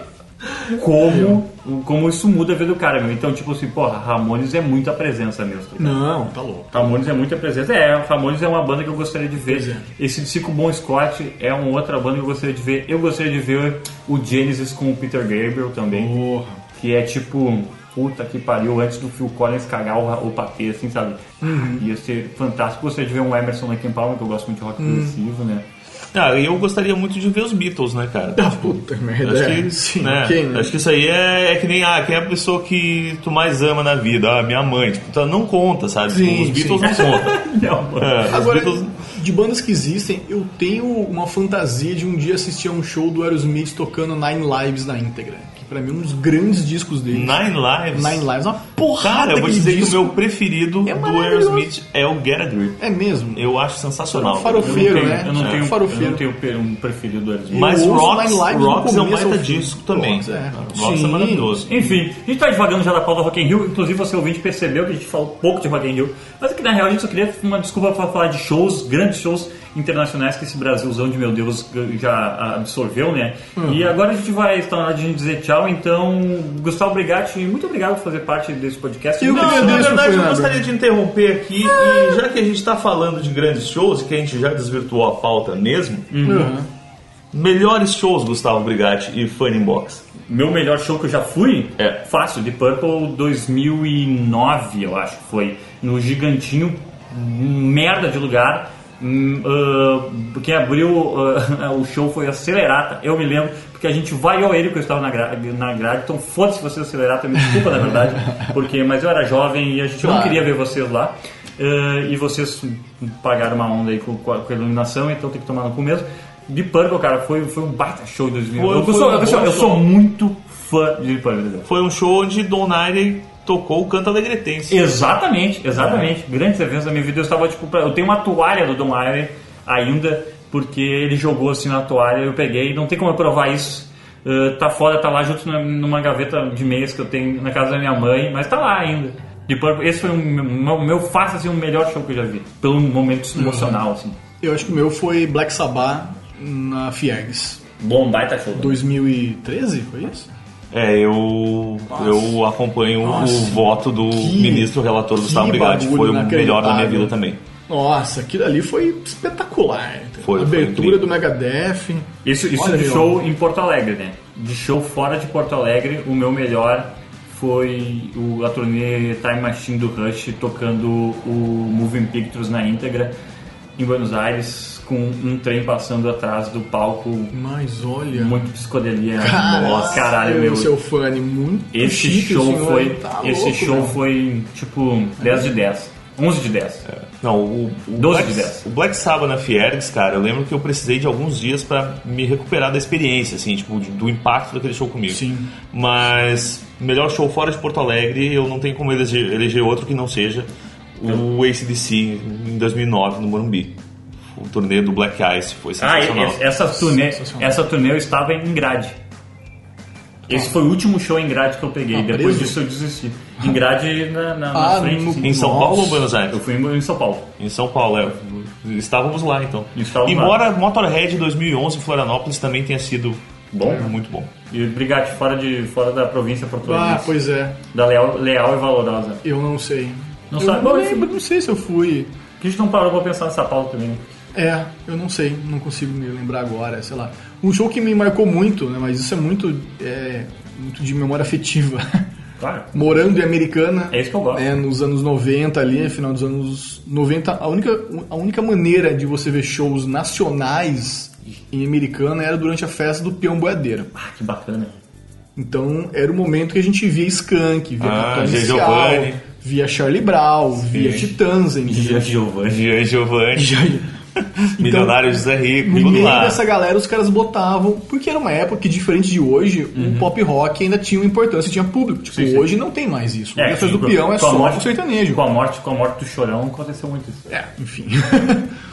[SPEAKER 1] como, como isso muda a vida do cara, meu. Então, tipo assim, porra, Ramones é muita presença mesmo. tá ligado?
[SPEAKER 3] Não, tá louco.
[SPEAKER 1] Ramones é muita presença. É, Ramones é uma banda que eu gostaria de ver.
[SPEAKER 3] é.
[SPEAKER 1] Esse de Cico Bon Scott é uma outra banda que eu gostaria de ver. Eu gostaria de ver o Genesis com o Peter Gabriel também.
[SPEAKER 3] Uhum. Porra.
[SPEAKER 1] Que é tipo, puta que pariu, antes do Phil Collins cagar o, o patê, assim, sabe?
[SPEAKER 3] Uhum.
[SPEAKER 1] Ia ser fantástico. Gostaria de ver um Emerson Lake Palmer, que eu gosto muito de rock
[SPEAKER 3] Uhum.
[SPEAKER 1] progressivo, né?
[SPEAKER 2] Ah, eu gostaria muito de ver os Beatles, né, cara?
[SPEAKER 3] Da puta merda.
[SPEAKER 2] Acho
[SPEAKER 3] é.
[SPEAKER 2] que,
[SPEAKER 3] Sim,
[SPEAKER 2] né,
[SPEAKER 3] quem, né?
[SPEAKER 2] acho que isso aí é, é que nem ah, quem é a pessoa que tu mais ama na vida? Ah, minha mãe. Tipo, tá, não conta, sabe? Tipo,
[SPEAKER 3] Sim,
[SPEAKER 2] os Beatles
[SPEAKER 3] sim.
[SPEAKER 2] não contam.
[SPEAKER 1] Não, mano.
[SPEAKER 2] É, os
[SPEAKER 3] Agora,
[SPEAKER 2] Beatles-
[SPEAKER 3] de bandas que existem, eu tenho uma fantasia de um dia assistir a um show do Aerosmith tocando Nine Lives na íntegra. Que pra mim é um dos grandes discos deles.
[SPEAKER 2] Nine Lives.
[SPEAKER 3] Nine Lives, uma porrada
[SPEAKER 2] Cara, eu vou
[SPEAKER 3] de
[SPEAKER 2] te dizer que o
[SPEAKER 3] disco.
[SPEAKER 2] meu preferido
[SPEAKER 3] É
[SPEAKER 2] do
[SPEAKER 3] maravilhoso.
[SPEAKER 2] Aerosmith é o Get a Grip.
[SPEAKER 3] É mesmo.
[SPEAKER 2] Eu acho sensacional.
[SPEAKER 3] Farofeiro.
[SPEAKER 1] Eu não
[SPEAKER 3] Feiro,
[SPEAKER 1] tenho-
[SPEAKER 3] né?
[SPEAKER 1] Eu não
[SPEAKER 3] É.
[SPEAKER 1] tenho, eu
[SPEAKER 3] Farofeiro.
[SPEAKER 1] não tenho pe- um preferido do Aerosmith.
[SPEAKER 2] Mas
[SPEAKER 3] Eu ouço
[SPEAKER 2] Rocks,
[SPEAKER 3] Nine Lives do
[SPEAKER 2] Rocks é um
[SPEAKER 3] começo
[SPEAKER 2] baita
[SPEAKER 3] ao fim.
[SPEAKER 2] disco também.
[SPEAKER 3] Rocks, é.
[SPEAKER 2] Rocks é
[SPEAKER 3] Sim.
[SPEAKER 2] maravilhoso.
[SPEAKER 1] Enfim, a gente tá devagando já da pauta Rock in Rio, inclusive você ouvinte percebeu que a gente falou pouco de Rock in Rio, mas é que na real a gente só queria uma desculpa para falar de shows, grandes shows internacionais que esse Brasilzão de meu Deus já absorveu, né? E agora a gente vai estar na hora de a gente dizer tchau, então Gustavo Brigatti, muito obrigado por fazer parte desse podcast.
[SPEAKER 3] E o
[SPEAKER 1] Muito
[SPEAKER 3] que
[SPEAKER 2] Não,
[SPEAKER 3] Meu
[SPEAKER 2] na
[SPEAKER 3] Deus,
[SPEAKER 2] verdade,
[SPEAKER 3] foi
[SPEAKER 2] eu
[SPEAKER 3] nada.
[SPEAKER 2] gostaria de interromper aqui,
[SPEAKER 3] Ah.
[SPEAKER 2] e já que a gente está falando de grandes shows, que a gente já desvirtuou a pauta mesmo,
[SPEAKER 3] Uhum.
[SPEAKER 2] melhores shows, Gustavo Brigatti e Funny Box.
[SPEAKER 1] Meu melhor show que eu já fui,
[SPEAKER 2] É.
[SPEAKER 1] fácil, de Purple 2009, eu acho que foi. No Gigantinho, merda de lugar. Hum, ah, quem abriu ah, o show foi a Celerata, eu me lembro, porque a gente vaiou ele porque eu estava na, gra na grade. Então foda-se você, Celerata, me desculpa na verdade, porque, mas eu era jovem e a gente não
[SPEAKER 3] Claro.
[SPEAKER 1] queria ver vocês lá. Eh, e vocês pagaram uma onda aí com, com a com a iluminação, então tem que tomar no cu mesmo. De Purple, cara, foi, foi um baita show em 2000.
[SPEAKER 2] Foi-
[SPEAKER 1] eu,
[SPEAKER 2] foi
[SPEAKER 1] sou,
[SPEAKER 2] um
[SPEAKER 1] eu
[SPEAKER 2] bom
[SPEAKER 1] sou- eu
[SPEAKER 2] show.
[SPEAKER 1] sou muito fã de Deep Purple. entendeu?
[SPEAKER 2] Foi um show onde Don Airey tocou o canto alegretense.
[SPEAKER 1] Exatamente, exatamente. Grandes eventos da minha vida. Eu estava tipo, pra- eu tenho uma toalha do Don Iver ainda, porque ele jogou assim na toalha, eu peguei, não tem como eu provar isso. Eh, tá fora, tá lá junto na- numa gaveta de meias que eu tenho na casa da minha mãe, mas tá lá ainda. Deep Purple, esse foi o meu, meu, meu fácil, assim, o melhor show que eu já vi, pelo momento emocional, assim.
[SPEAKER 3] Eu acho que o meu foi Black Sabbath na Fiegs.
[SPEAKER 1] Bom, baita show. né?
[SPEAKER 3] 2013, foi isso?
[SPEAKER 2] É, eu, eu acompanho o voto do ministro relator Gustavo
[SPEAKER 3] que
[SPEAKER 2] Brigatti. Foi
[SPEAKER 3] bagulho
[SPEAKER 2] o melhor da minha
[SPEAKER 3] inacreditável.
[SPEAKER 2] vida também.
[SPEAKER 3] Nossa, aquilo ali foi espetacular.
[SPEAKER 2] Foi, foi
[SPEAKER 3] Abertura
[SPEAKER 2] incrível.
[SPEAKER 3] do Megadeth.
[SPEAKER 1] Isso, isso
[SPEAKER 3] Olha,
[SPEAKER 1] de
[SPEAKER 3] meu.
[SPEAKER 1] show em Porto Alegre, né? De show fora de Porto Alegre, o meu melhor foi o, a turnê Time Machine do Rush tocando o Moving Pictures na íntegra. em Buenos Aires com um trem passando atrás do palco.
[SPEAKER 3] Mas olha.
[SPEAKER 1] Muito psicodelia.
[SPEAKER 3] Nossa,
[SPEAKER 1] caralho,
[SPEAKER 3] eu
[SPEAKER 1] meu.
[SPEAKER 3] Seu fã é muito
[SPEAKER 1] Esse
[SPEAKER 3] chique,
[SPEAKER 1] show
[SPEAKER 3] senhor.
[SPEAKER 1] foi.
[SPEAKER 3] Tá
[SPEAKER 1] esse
[SPEAKER 3] louco,
[SPEAKER 1] show
[SPEAKER 3] velho.
[SPEAKER 1] foi tipo 10 de 10. 11 de 10.
[SPEAKER 2] Não, o, o
[SPEAKER 1] 12
[SPEAKER 2] Black,
[SPEAKER 1] de 10.
[SPEAKER 2] o Black Sabbath na Fiergs, cara, eu lembro que eu precisei de alguns dias pra me recuperar da experiência, assim, tipo, de- do impacto daquele show comigo.
[SPEAKER 3] Sim.
[SPEAKER 2] Mas, melhor show fora de Porto Alegre, eu não tenho como eleger, eleger outro que não seja o ACDC em 2009 no Morumbi. O torneio do Black Ice foi
[SPEAKER 3] é,
[SPEAKER 1] Ah,
[SPEAKER 2] sensacional.
[SPEAKER 1] e- essa turnê,
[SPEAKER 3] Sensacional.
[SPEAKER 1] essa turnê eu estava em grade. Esse foi o último show em grade que eu peguei.
[SPEAKER 3] Ah,
[SPEAKER 1] Depois
[SPEAKER 3] preso?
[SPEAKER 1] disso eu desisti. Em grade na, na, na
[SPEAKER 3] Ah,
[SPEAKER 1] frente.
[SPEAKER 3] no-
[SPEAKER 1] assim.
[SPEAKER 2] Em São Paulo ou
[SPEAKER 3] Nossa.
[SPEAKER 2] Buenos Aires?
[SPEAKER 1] Eu fui em em São Paulo.
[SPEAKER 2] Em São Paulo, é. Estávamos lá, então.
[SPEAKER 1] Estávamos
[SPEAKER 2] Embora Motorhead 2011 em Florianópolis também tenha sido bom, muito bom.
[SPEAKER 1] E Brigate fora, de, fora da província
[SPEAKER 3] Ah,
[SPEAKER 1] portuguesa.
[SPEAKER 3] pois é.
[SPEAKER 1] da leal, leal e valorosa.
[SPEAKER 3] Eu não sei.
[SPEAKER 1] Não
[SPEAKER 3] eu
[SPEAKER 1] sabe?
[SPEAKER 3] não
[SPEAKER 1] Bom, assim- enfim.
[SPEAKER 3] lembro, não sei se eu fui.
[SPEAKER 1] A gente não parou pra pensar nessa pauta também. né?
[SPEAKER 3] É, eu não sei, não consigo me lembrar agora, sei lá. Um show que me marcou muito, né? Mas isso é muito, é, muito de memória afetiva.
[SPEAKER 1] Claro.
[SPEAKER 3] Morando em Americana.
[SPEAKER 1] É isso que eu gosto.
[SPEAKER 3] né, nos anos 90 ali, né, final dos anos 90, a única, a única maneira de você ver shows nacionais em Americana era durante a festa do Peão Boiadeira.
[SPEAKER 1] Ah, que bacana.
[SPEAKER 3] Então era o momento que a gente via Skank, via
[SPEAKER 2] Ah,
[SPEAKER 3] Capital
[SPEAKER 2] Gia
[SPEAKER 3] Inicial,
[SPEAKER 2] Giovanni.
[SPEAKER 3] via Charlie Brown, via Titãs, entendeu?
[SPEAKER 1] Giovanni.
[SPEAKER 2] Jean Giovanni,
[SPEAKER 3] Então,
[SPEAKER 2] Milionário José Rico,
[SPEAKER 3] No
[SPEAKER 2] tudo
[SPEAKER 3] meio
[SPEAKER 2] lá.
[SPEAKER 3] dessa galera, os caras botavam. Porque era uma época que, diferente de hoje, o pop rock ainda tinha uma importância, tinha público. Tipo,
[SPEAKER 1] Uhum. sim.
[SPEAKER 3] hoje não tem mais isso. É,
[SPEAKER 1] sim,
[SPEAKER 3] do
[SPEAKER 1] com-
[SPEAKER 3] peão é
[SPEAKER 1] com a
[SPEAKER 3] só
[SPEAKER 1] morte-
[SPEAKER 3] o sertanejo.
[SPEAKER 1] Com a morte, com a morte do chorão aconteceu muito isso.
[SPEAKER 3] É, enfim.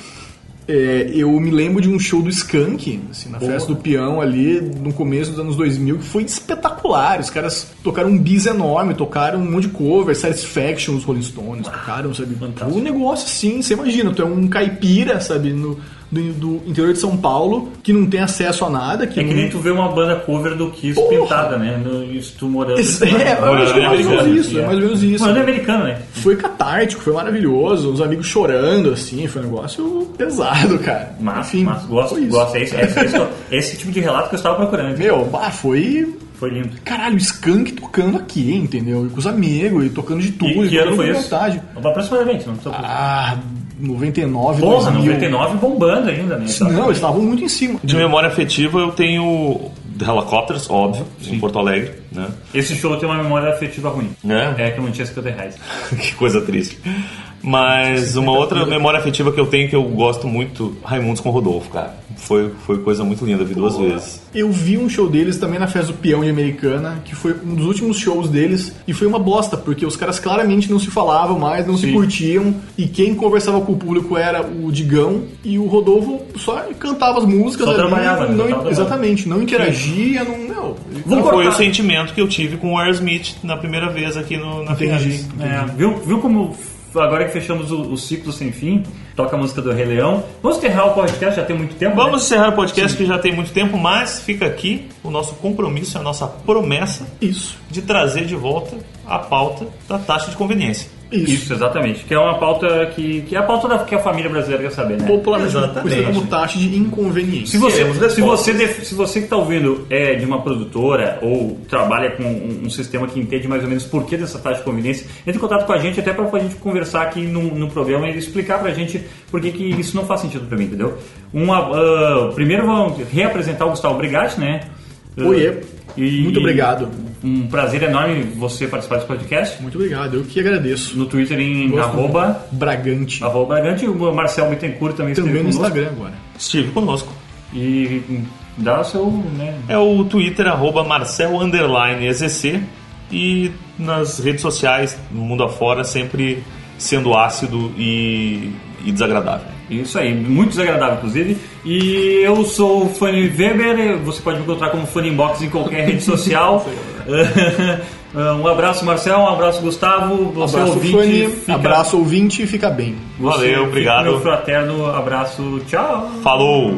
[SPEAKER 3] É, eu me lembro de um show do Skank, assim, na festa do peão ali, no começo dos anos 2000, que foi espetacular. Os caras tocaram um bis enorme, tocaram um monte de cover, Satisfaction, os Rolling Stones, tocaram, sabe?
[SPEAKER 1] fantástico.
[SPEAKER 3] Um negócio assim, você imagina, tu é um caipira, sabe, no, do, do interior de São Paulo, que não tem acesso a nada. Que
[SPEAKER 1] É que
[SPEAKER 3] não...
[SPEAKER 1] nem tu vê uma banda cover do Kiss
[SPEAKER 3] Porra!
[SPEAKER 1] pintada, né? No, isso tu morando.
[SPEAKER 3] Isso, é, é
[SPEAKER 2] Morando
[SPEAKER 3] mais ou menos
[SPEAKER 2] americano.
[SPEAKER 3] isso, é mais ou menos isso.
[SPEAKER 1] Morando americano, né?
[SPEAKER 3] Foi catártico, foi maravilhoso, os amigos chorando, assim, foi um negócio pesado, cara.
[SPEAKER 1] Mas,
[SPEAKER 3] Enfim,
[SPEAKER 1] mas gosto,
[SPEAKER 3] foi isso.
[SPEAKER 1] gosto. É esse, é esse- é esse- esse tipo de relato que eu estava procurando.
[SPEAKER 3] Meu, bah, foi.
[SPEAKER 1] Foi lindo.
[SPEAKER 3] Caralho, Skank tocando aqui, entendeu? E com os amigos, e tocando de tudo,
[SPEAKER 1] E que ano
[SPEAKER 3] tocando
[SPEAKER 1] foi
[SPEAKER 3] com
[SPEAKER 1] isso?
[SPEAKER 3] vontade.
[SPEAKER 1] Aproximadamente, não precisa.
[SPEAKER 3] Ah, 99,
[SPEAKER 1] Porra,
[SPEAKER 3] 2000.
[SPEAKER 1] 99 bombando ainda, né?
[SPEAKER 3] Não, eles estavam muito em cima.
[SPEAKER 2] De memória afetiva, eu tenho Helicopters, óbvio, em Porto Alegre, né?
[SPEAKER 1] Esse show tem uma memória afetiva ruim.
[SPEAKER 2] Né?
[SPEAKER 1] É que eu não tinha 50 reais.
[SPEAKER 2] que coisa triste. Mas uma outra memória afetiva que eu tenho que eu gosto muito, Raimundos com Rodolfo, cara. Foi, foi coisa muito linda, vi duas vezes.
[SPEAKER 3] Eu vi um show deles também na festa do Peão de Americana, que foi um dos últimos shows deles, e foi uma bosta, porque os caras claramente não se falavam mais, não se curtiam, e quem conversava com o público era o Digão, e o Rodolfo só cantava as músicas
[SPEAKER 1] Só
[SPEAKER 3] ali,
[SPEAKER 1] trabalhava, né? Só
[SPEAKER 3] não,
[SPEAKER 1] trabalhava.
[SPEAKER 3] exatamente, não interagia, não, não,
[SPEAKER 2] Não
[SPEAKER 1] cortar.
[SPEAKER 2] foi o sentimento que eu tive com o Aerosmith na primeira vez aqui no, na Fiergs.
[SPEAKER 1] É, viu, viu como f- agora que fechamos o, o ciclo sem fim, toca a música do Rei Leão. Vamos encerrar o podcast, já tem muito tempo. né?
[SPEAKER 2] Vamos encerrar o podcast que já tem muito tempo, mas fica aqui o nosso compromisso, a nossa promessa
[SPEAKER 3] isso,
[SPEAKER 2] de trazer de volta a pauta da taxa de conveniência.
[SPEAKER 3] isso.
[SPEAKER 1] Isso, exatamente. Que é uma pauta que, que é a pauta da, que a família brasileira quer saber, né?
[SPEAKER 3] popularmente
[SPEAKER 2] Exatamente.
[SPEAKER 3] conhecida como taxa de
[SPEAKER 1] Se
[SPEAKER 3] inconveniência.
[SPEAKER 2] Queremos
[SPEAKER 1] você, se,
[SPEAKER 2] respostas.
[SPEAKER 1] você, def- se você que está ouvindo é de uma produtora ou trabalha com um, um sistema que entende mais ou menos por que dessa taxa de conveniência, entre em contato com a gente até para a gente conversar aqui no, no programa e explicar para a gente por que, que isso não faz sentido para mim, entendeu? Uma, ah, primeiro vamos reapresentar o Gustavo Brigatti, né? Ah,
[SPEAKER 3] Oiê,
[SPEAKER 1] e-
[SPEAKER 3] muito obrigado.
[SPEAKER 1] Um prazer enorme você participar desse podcast.
[SPEAKER 3] Muito obrigado, eu que agradeço.
[SPEAKER 1] No Twitter em
[SPEAKER 3] Gosto
[SPEAKER 1] arroba,
[SPEAKER 3] Bragante,
[SPEAKER 1] arroba Bragante, o Marcel Bittencourt também,
[SPEAKER 3] também
[SPEAKER 1] esteve
[SPEAKER 3] no
[SPEAKER 1] conosco.
[SPEAKER 3] Instagram agora.
[SPEAKER 2] Estive conosco.
[SPEAKER 1] E hum, dá o seu... Né,
[SPEAKER 2] É o Twitter, arroba Marcel underline EZC e nas redes sociais, no mundo afora, sempre sendo ácido e, e desagradável.
[SPEAKER 1] Isso aí, muito desagradável, inclusive. E eu sou o Fanny Weber, você pode me encontrar como Fanny Inbox em qualquer rede social. um abraço, Marcel, um abraço, Gustavo. Você
[SPEAKER 3] Abraço,
[SPEAKER 1] ouvinte,
[SPEAKER 3] Fanny.
[SPEAKER 1] fica-
[SPEAKER 3] Abraço, ouvinte. Fica bem.
[SPEAKER 1] você
[SPEAKER 2] Valeu,
[SPEAKER 1] fica
[SPEAKER 2] obrigado.
[SPEAKER 1] Meu fraterno abraço, tchau.
[SPEAKER 2] Falou!